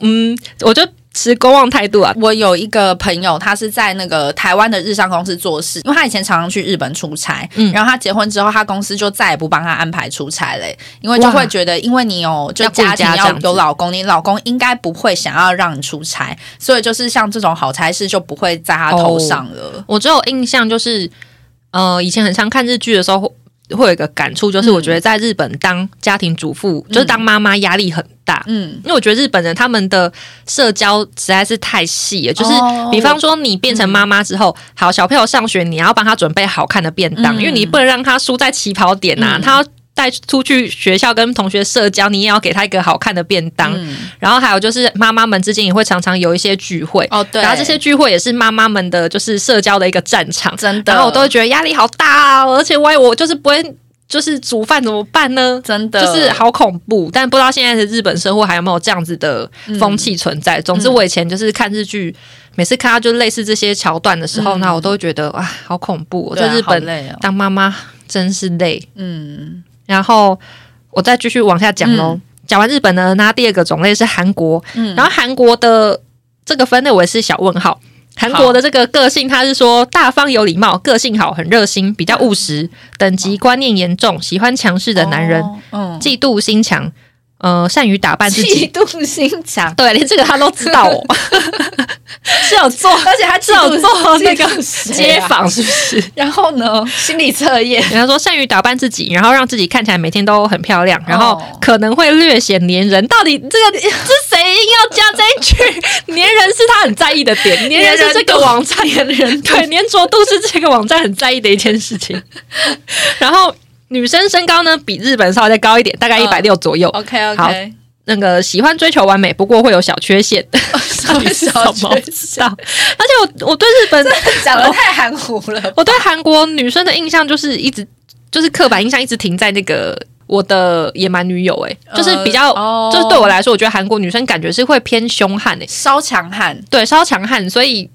S1: 嗯，我就持观望态度啊，
S2: 我有一个朋友，他是在那个台湾的日商公司做事，因为他以前常常去日本出差，
S1: 嗯
S2: 然后他结婚之后，他公司就再也不帮他安排出差嘞，因为就会觉得，因为你有就
S1: 要顾
S2: 家
S1: 家
S2: 庭
S1: 这
S2: 要
S1: 样子
S2: 有老公，你老公应该不会想要让你出差，所以就是像这种好差事就不会在他头上了。
S1: 我只有印象就是，呃，以前很常看日剧的时候，会会有一个感触，就是
S2: 嗯
S1: 我觉得在日本当家庭主妇，就是当妈妈压力很大。
S2: 嗯，
S1: 因为我觉得日本人他们的社交实在是太细了，就是
S2: 哦
S1: 比方说你变成妈妈之后，好小朋友上学，你要帮他准备好看的便当，
S2: 嗯
S1: 因为你不能让他输在起跑点啊，
S2: 嗯
S1: 他要带出去学校跟同学社交，你也要给他一个好看的便当。
S2: 嗯
S1: 然后还有就是妈妈们之间也会常常有一些聚会，
S2: 哦对，
S1: 然后这些聚会也是妈妈们的就是社交的一个战场，
S2: 真的，
S1: 然后我都会觉得压力好大、哦，而且万一我就是不会就是煮饭怎么办呢？
S2: 真的
S1: 就是好恐怖，但不知道现在的日本社会还有没有这样子的风气存
S2: 嗯
S1: 在。总之，我以前就是看日剧，每次看到就类似这些桥段的时候，
S2: 嗯
S1: 那、我都会觉得哇，好恐怖、哦！
S2: 对啊
S1: 在日
S2: 好
S1: 本
S2: 累哦，
S1: 当妈妈真是累。
S2: 嗯，
S1: 然后我再继续往下讲喽。讲完日本呢，那第二个种类是韩国，
S2: 嗯
S1: 然后韩国的这个分类我也是小问号。韩国的这个个性，他是说大方有礼貌，个性好，很热心，比较务实，等级观念严重，喜欢强势的男人，
S2: 哦，嗯，
S1: 嫉妒心强，呃，善于打扮自己。
S2: 妒心强，
S1: 对，连这个他都知道 哦，是有做
S2: 而且他
S1: 是
S2: 只
S1: 有做那个街
S2: 街访。
S1: 访是不是？
S2: 然后呢，心理测验，
S1: 人家说善于打扮自己，然后让自己看起来每天都很漂亮，然后
S2: 哦
S1: 可能会略显粘人。到底这个是谁硬要加这一句？粘人是他很在意的点，粘人是这个网站粘人对粘着度是这个网站很在意的一件事情。 然后女生身高呢，比日本稍微再高一点，大概一
S2: 嗯
S1: 百六左右。
S2: OK
S1: 好
S2: OK，
S1: 那个喜欢追求完美，不过会有小缺 陷，到底是 什么？
S2: 小
S1: 不
S2: 缺
S1: 知道。而且我我对 日本
S2: 讲的太含糊了。
S1: 我对韩国女生的印象就是一直就是刻板印象一直停在那个我的野蛮女友、欸， 就是比较，
S2: 呃
S1: 就是对我来说，我觉得韩国女生感觉是会偏凶悍诶、欸
S2: 稍强悍，
S1: 对，稍强悍，所以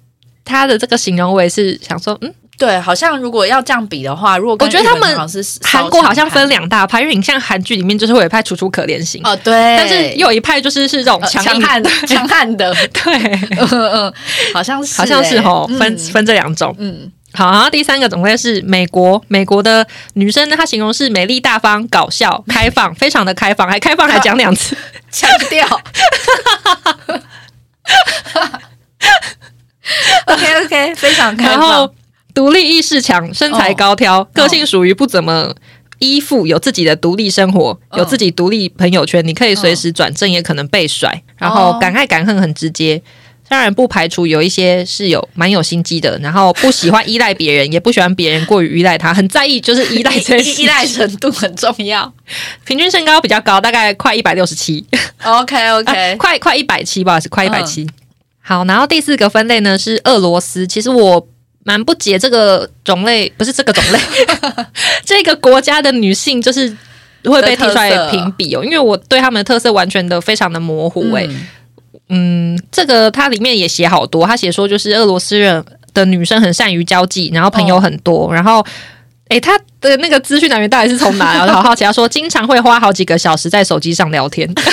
S1: 她的这个形容我也是想说，嗯，
S2: 对，好像如果要这样比的话，如果跟
S1: 我觉得他们
S2: 日本好像是
S1: 韩国好像分
S2: 两
S1: 两大派，因为你像韩剧里面就是会有一派楚楚可怜型，
S2: 哦，对，
S1: 但是又有一派就是是这种
S2: 呃
S1: 强
S2: 强
S1: 硬，
S2: 悍强 悍的，
S1: 对，
S2: 嗯嗯，好像是
S1: 好像是
S2: 欸
S1: 吼，分
S2: 嗯
S1: 分这两种。
S2: 嗯
S1: 好，然后第三个种类是美国，美国的女生呢，她形容是美丽、大方、搞笑、开放，非常的开放，还开放还讲两次，
S2: 强调。OK OK，非常 开
S1: 然
S2: 放
S1: 后。独立意识强，身材高挑，个性属于不怎么依附，有自己的独立生活，
S2: 嗯
S1: 有自己独立朋友圈，你可以随时转正，也可能被甩，
S2: 哦
S1: 然后敢爱敢恨，很直接。当然不排除有一些是有蛮有心机的，然后不喜欢依赖别人，也不喜欢别人过于依赖他，很在意就是依赖这件事
S2: 依依赖程度很重要。
S1: 平均身高比较高，大概快一百六十七，
S2: OK
S1: 啊
S2: OK，
S1: 快快一百七吧，是快一百
S2: 嗯
S1: 七。好，然后第四个分类呢是俄罗斯。其实我蛮不解这个种类，不是这个种 类，这个国家的女性就是会被提出来
S2: 的特色
S1: 评比哦，因为我对他们的特色完全的非常的模糊欸诶、
S2: 嗯
S1: 嗯，这个它里面也写好多，它写说就是俄罗斯人的女生很善于交际，然后朋友很多，然后。诶，他的那个资讯来源到底是从哪？我好好奇。他说，经常会花好几个小时在手机上聊天。 这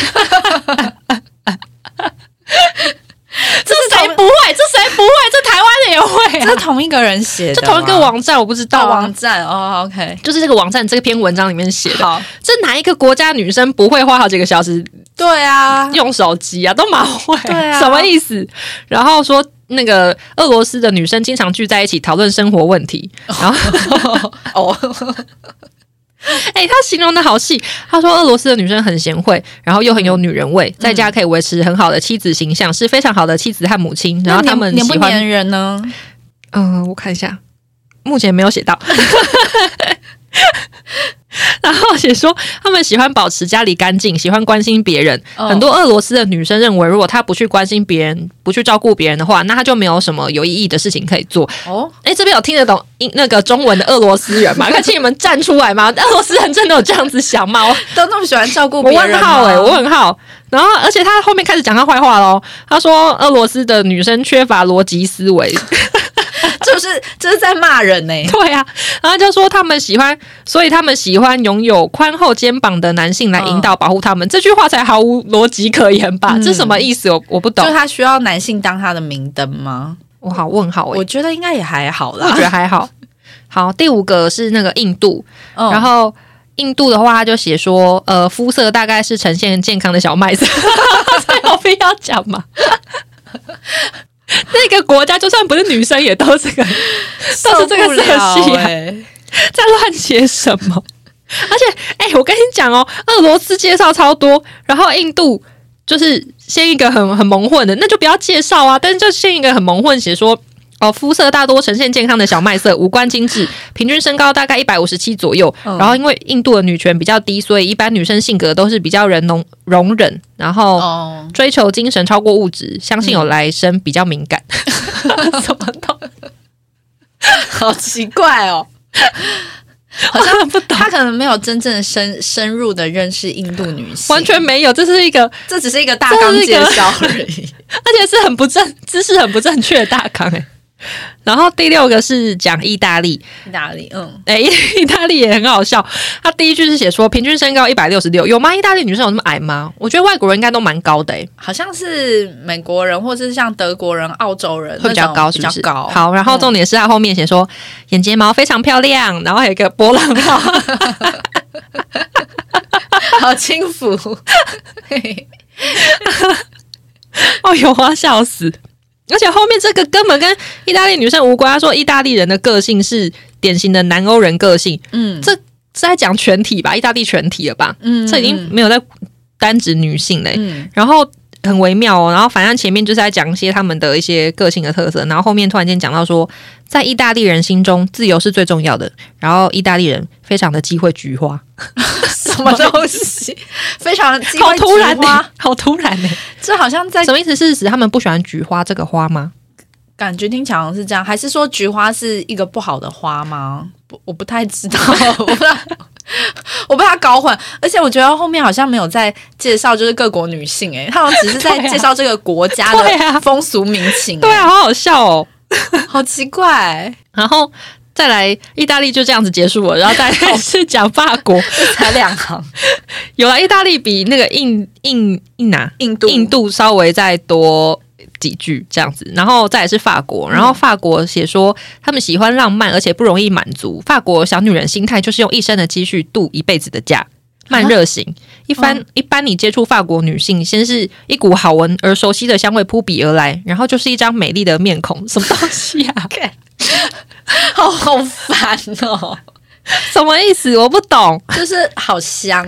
S1: 谁不会？这谁不会？这台湾人也会、啊
S2: 这是同一个人写
S1: 这
S2: 的吗，
S1: 同一个网站，我不知道
S2: 到
S1: 啊、
S2: 网站哦，OK，
S1: 就是这个网站这篇文章里面 写的。
S2: 好，
S1: 这哪一个国家女生不会花好几个小时
S2: 对啊，
S1: 用手机啊，都蛮会，
S2: 对啊
S1: 什么意思？然后说那个俄罗斯的女生经常聚在一起讨论生活问题，然后
S2: 哦，
S1: 哎、他形容的好细，他说俄罗斯的女生很贤惠，然后又很有女人
S2: 嗯
S1: 味，在家可以维持很好的妻子形象，是非常好的妻子和母亲。然后他们
S2: 黏
S1: 喜
S2: 不
S1: 欢，
S2: 黏人呢？
S1: 嗯、我看一下，目前没有 写到。然后写说，他们喜欢保持家里干净，喜欢关心别人。
S2: 哦
S1: 很多俄罗斯的女生认为，如果她不去关心别人，不去照顾别人的话，那她就没有什么有意义的事情可以做。
S2: 哦，
S1: 哎，这边有听得懂英那个中文的俄罗斯 人吗？可以请你们站出来吗？俄罗斯人真的有这样子想 吗？我
S2: 都那么喜欢照顾
S1: 我
S2: 别人
S1: 问
S2: 吗，
S1: 号哎、我问号。然后，而且他后面开始讲他坏话喽。他说俄罗斯的女生缺乏逻辑思 维，
S2: 就是这是在骂人欸呢、
S1: 对啊。然后就说他们喜欢，所以他们喜欢拥有宽厚肩膀的男性来引导保护他们。这句话才毫无逻辑可言吧？
S2: 嗯
S1: 这什么意思？我我不
S2: 就
S1: 懂。
S2: 他需要男性当他的明灯吗？
S1: 我好问号哎、
S2: 我觉得应该也还好
S1: 我觉
S2: 啦。
S1: 得还好。 好，第五个是那个印度，
S2: 嗯
S1: 然后印度的话，他就写说，呃，肤色大概是呈现健康的小麦色， 这有必要讲 吗？那个国家就算不是女生，也都这个
S2: 受
S1: 都是这个
S2: 不了
S1: 色系啊
S2: 欸
S1: 在乱写什么？ 而且，哎、我跟你讲哦，俄罗斯介绍超多，然后印度就是先一个很很蒙混的，那就不要介绍啊。但是就先一个很蒙混，写说哦，肤色大多呈现健康的小麦色，五官精致，平均身高大概一百五十七左右。
S2: 嗯
S1: 然后因为印度的女权比较低，所以一般女生性格都是比较人容容忍，然后
S2: 哦，
S1: 追求精神超过物质，相信有来生比较敏感。 什么都
S2: 好奇怪哦。 好像
S1: 看不懂，
S2: 他可能没有真正深深入的认识印度女性，
S1: 完全没有，这是一个
S2: 这只是一个大纲介绍而已。
S1: 而且是很不正，知识很不正确的大纲哎、然后第六个是讲意大利，
S2: 哪里？嗯，
S1: 哎、意大利也很好笑。他第一句是写说平均身高一百六十六，有吗？意大利女生有那么矮吗？我觉得外国人应该都蛮高的哎、
S2: 好像是美国人，或是像德国人、澳洲人
S1: 会比较高，
S2: 那种
S1: 是
S2: 比
S1: 不
S2: 较
S1: 是？
S2: 高。
S1: 好，然后重点是他后面写说、眼睫毛非常漂亮，然后还有一个波浪 号，
S2: 好 轻浮。嘿
S1: 哦呦，我要笑死！而且后面这个根本跟意大利女生无关。他说意大利人的个性是典型的南欧人个性，
S2: 嗯
S1: 这是在讲全体吧，意大利全体了吧？
S2: 嗯
S1: 这已经没有在单指女性嘞、
S2: 嗯
S1: 然后很微妙哦，然后反正前面就是在讲一些他们的一些个性的特色，然后后面突然间讲到说，在意大利人心中，自由是最重要的。然后意大利人非常的忌讳菊花，
S2: 什么东西？非常的
S1: 好突然呢、
S2: 吗？
S1: 好突然呢、欸
S2: 这好像在
S1: 什么意思？是指他们不喜欢菊花这个花吗？
S2: 感觉听起来好像是这样，还是说菊花是一个不好的花吗？不，我不太知道， 我不太，我被他搞混。而且我觉得后面好像没有在介绍，就是各国女性、欸，他好像只是在
S1: 对啊
S2: 介绍这个国家
S1: 对啊
S2: 的风俗民情、
S1: 对啊，好好笑哦。
S2: 欸，好奇怪、
S1: 然后再来，意大利就这样子结束了，然后再 来是讲法国。
S2: 才两行，
S1: 有啊，意大利比那个印印印哪
S2: 印 度，
S1: 印，度稍微再多几句这样子，然后再来是法国，然后法国写说他们喜欢浪漫，而且不容易满足。法国小女人心态就是用一生的积蓄度一辈子的假。慢热型，一般、一般你接触法国女性，先是一股好闻而熟悉的香味扑鼻而来，然后就是一张美丽的面孔，什么东西啊？
S2: 好好烦哦、
S1: 什么意思？我不懂。
S2: 就是好香，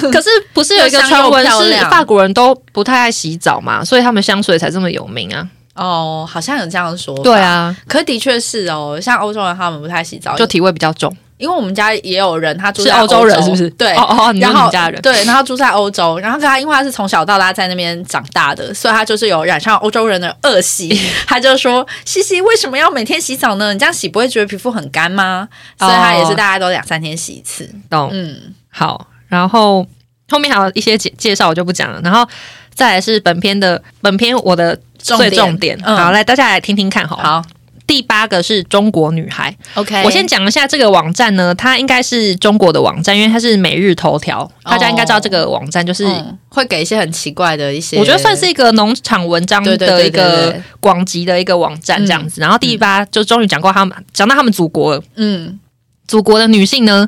S1: 可是不是有一个
S2: 又香又
S1: 传闻
S2: 漂
S1: 是
S2: 亮
S1: 法国人都不太爱洗澡嘛，所以他们香水才这么有名啊？
S2: 哦，好像有这样的说法，
S1: 对。啊，
S2: 可的确是哦，像欧洲人他们不太洗澡，
S1: 就体味比较重。
S2: 因为我们家也有人他住
S1: 是
S2: 在
S1: 欧
S2: 洲
S1: 洲人是不是？
S2: 对，
S1: 哦哦，你说
S2: 然
S1: 你
S2: 后
S1: 们家人，
S2: 对，然后住在欧洲，然后他因为他是从小到大在那边长大的，所以他就是有染上欧洲人的恶习。
S1: 嗯
S2: 他就说：“西西为什么要每天洗澡呢？你这样洗不会觉得皮肤很干吗？”所以他
S1: 哦
S2: 也是大概都两三天洗一次。
S1: 懂
S2: 嗯，
S1: 好。然后后面还有一些介介绍我就不讲了，然后再来是本篇的本篇我的
S2: 重
S1: 最
S2: 点
S1: 重点，
S2: 嗯
S1: 好，来大家来听听看好了，
S2: 好哎
S1: 第八个是中国女孩，
S2: ，OK，
S1: 我先讲一下这个网站呢，它应该是中国的网站，因为它是每日头条，大家应该知道这个网站就是。
S2: 嗯会给一些很奇怪的一些，
S1: 我觉得算是一个农场文章
S2: 对对对
S1: 的一
S2: 对对嗯
S1: 个
S2: 对
S1: 广集的一个网站这样子，然后第八就终于讲过他们讲到他们祖国了，
S2: 嗯，
S1: 祖国的女性呢，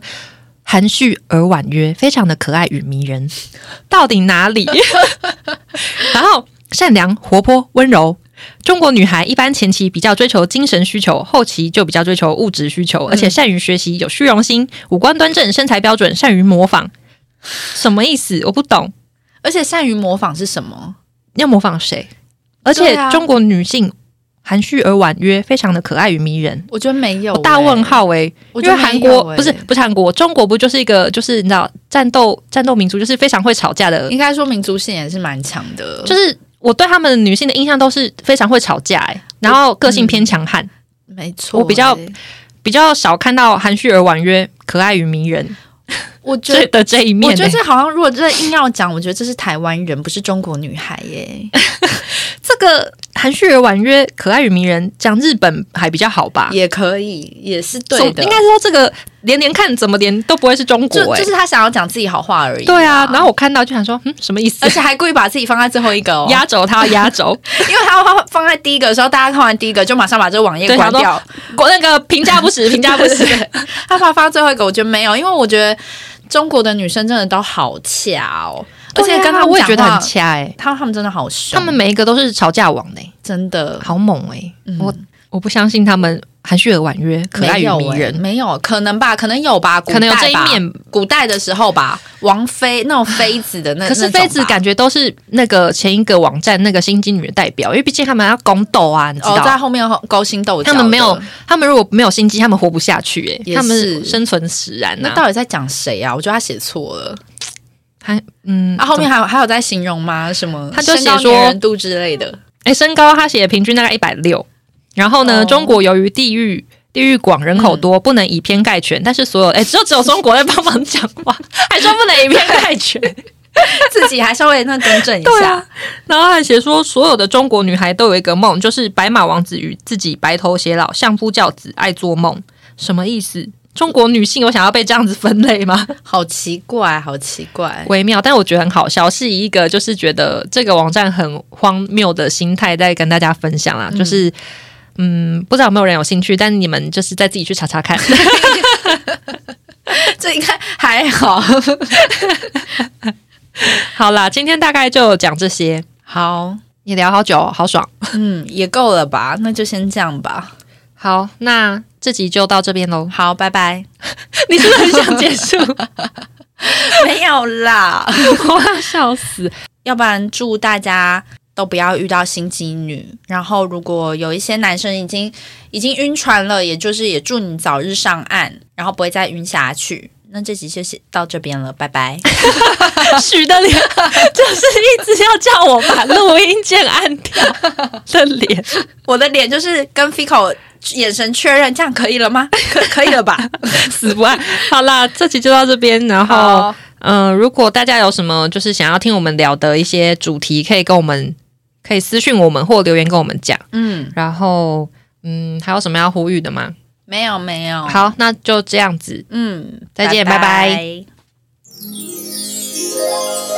S1: 含蓄而婉约，非常的可爱与迷 人。到底哪里？然后善良、活泼、温柔，中国女孩一般前期比较追求精神需求，后期就比较追求物质需
S2: 嗯
S1: 求，而且善于学习，有虚荣心，五官端正，身材标准，善于模仿。什么意思？我不懂。
S2: 而且善于模仿是什么？
S1: 要模仿谁？而且
S2: 对啊
S1: 中国女性含蓄而婉约，非常的可爱与迷人。
S2: 我觉得没有、欸
S1: 我大问，号哎、
S2: 我
S1: 因
S2: 觉
S1: 为
S2: 得
S1: 韩
S2: 没有
S1: 国
S2: 欸
S1: 不是不是韩国，中国不就是一个就是你知道战斗战斗民族，就是非常会吵架的，
S2: 应该说民族性也是蛮强的，
S1: 就是我对他们的女性的印象都是非常会吵架哎、然后个性偏强悍，
S2: 没错、
S1: 我比较
S2: 欸
S1: 比较少看到含蓄而婉约、可爱与迷人
S2: 我觉
S1: 这
S2: 得。
S1: 的这一面、
S2: 我
S1: 欸。
S2: 觉得这好像，如果真的硬要讲，我觉得这是台湾人，不是中国女孩耶，
S1: 这个含蓄而婉约、可爱与迷人，讲日本还比较好吧？
S2: 也可以，也是对
S1: 总
S2: 的。
S1: 应该说这个连连看怎么连都不会是中国
S2: 就
S1: 哎、欸
S2: 就是他想要讲自己好话而已。
S1: 对啊，然后我看到就想说，嗯，什么意思
S2: 而？且还故意把自己放在最后一个哦，
S1: 压轴，他要压轴，
S2: 因为他放放在第一个的时候，大家看完第一个就马上把这个网页
S1: 对
S2: 关
S1: 想
S2: 掉，
S1: 我那个评价不实，评价不实。
S2: 他发发最后一个，我觉得没有，因为我觉得中国的女生真的都好恰哦，而且跟他们
S1: 我也
S2: 讲
S1: 觉得
S2: 话
S1: 很掐哎、
S2: 他他们真的好凶，
S1: 他们每一个都是吵架王呢、欸
S2: 真的
S1: 好猛哎、
S2: 嗯
S1: 我我不相信他们含蓄而婉约，可爱
S2: 没
S1: 与
S2: 有
S1: 迷
S2: 欸
S1: 人，
S2: 没有可能吧？可能有吧，古
S1: 可能有
S2: 代
S1: 这一
S2: 吧。
S1: 面。
S2: 古代的时候吧，王妃那种妃子的那，
S1: 可是
S2: 那种吧
S1: 妃子感觉都是那个前一个网站那个新晋女的代表，因为毕竟他们要宫斗啊，你知道。
S2: 哦，在后面勾心斗角的，
S1: 他们没有他们如果没有心机，他们活不下去哎、
S2: 也
S1: 他们
S2: 是
S1: 生存使然
S2: 那
S1: 呐、
S2: 到底在讲谁啊？我觉得他写错了。
S1: 还嗯，
S2: 啊，后面还有还有在形容吗？什么
S1: 他就
S2: 身高
S1: 写说
S2: 粘人度之 类的。
S1: 哎、身高他写平均大概一百六。然后呢，
S2: 哦
S1: 中国由于地域地域广，人口多，不能以偏概全。但是所有哎，只有只有中国在帮忙讲 话，还说不能以偏概全。
S2: 自己还稍微那更正一
S1: 对
S2: 下
S1: 啊。然后还写说，所有的中国女孩都有一个梦，就是白马王子与自己白头偕老，相夫教子，爱做梦。什么意思？中国女性有想要被这样子分类吗？
S2: 好奇怪，好奇 怪。
S1: 微妙，但我觉得很好笑，是以一个就是觉得这个网站很荒谬的心态在跟大家分享啦，就是。嗯，不知道有没有人有兴趣，但你们就是再自己去查查看。
S2: 这应该还好。
S1: 好啦，今天大概就讲这些。
S2: 好，
S1: 你聊好久，好爽。
S2: 嗯，也够了吧？那就先这样吧。。
S1: 好，那这集就到这边喽
S2: 好，拜拜。
S1: 你是不是很想结束？
S2: 没有 啦，
S1: 我要笑死。
S2: 要不然祝大家。都不要遇到心机女，然后如果有一些男生已经已经晕船了，也就是也祝你早日上岸，然后不会再晕下去。那这集就先到这边了，拜拜。
S1: 许的 脸就是一直要叫我把录音键按掉的脸。
S2: 我的脸就是跟 Fico 眼神确认，这样可以了吗？可可以了吧？
S1: 死不爱。好啦，这集就到这边，然后
S2: 好
S1: 嗯、呃如果大家有什么就是想要听我们聊的一些主题，可以跟我们可以私讯我们或留言跟我们讲。
S2: 嗯，
S1: 然后嗯，还有什么要呼吁的吗？
S2: 没有没有，，
S1: 好，那就这样子。
S2: 嗯，
S1: 再见拜
S2: 拜
S1: 拜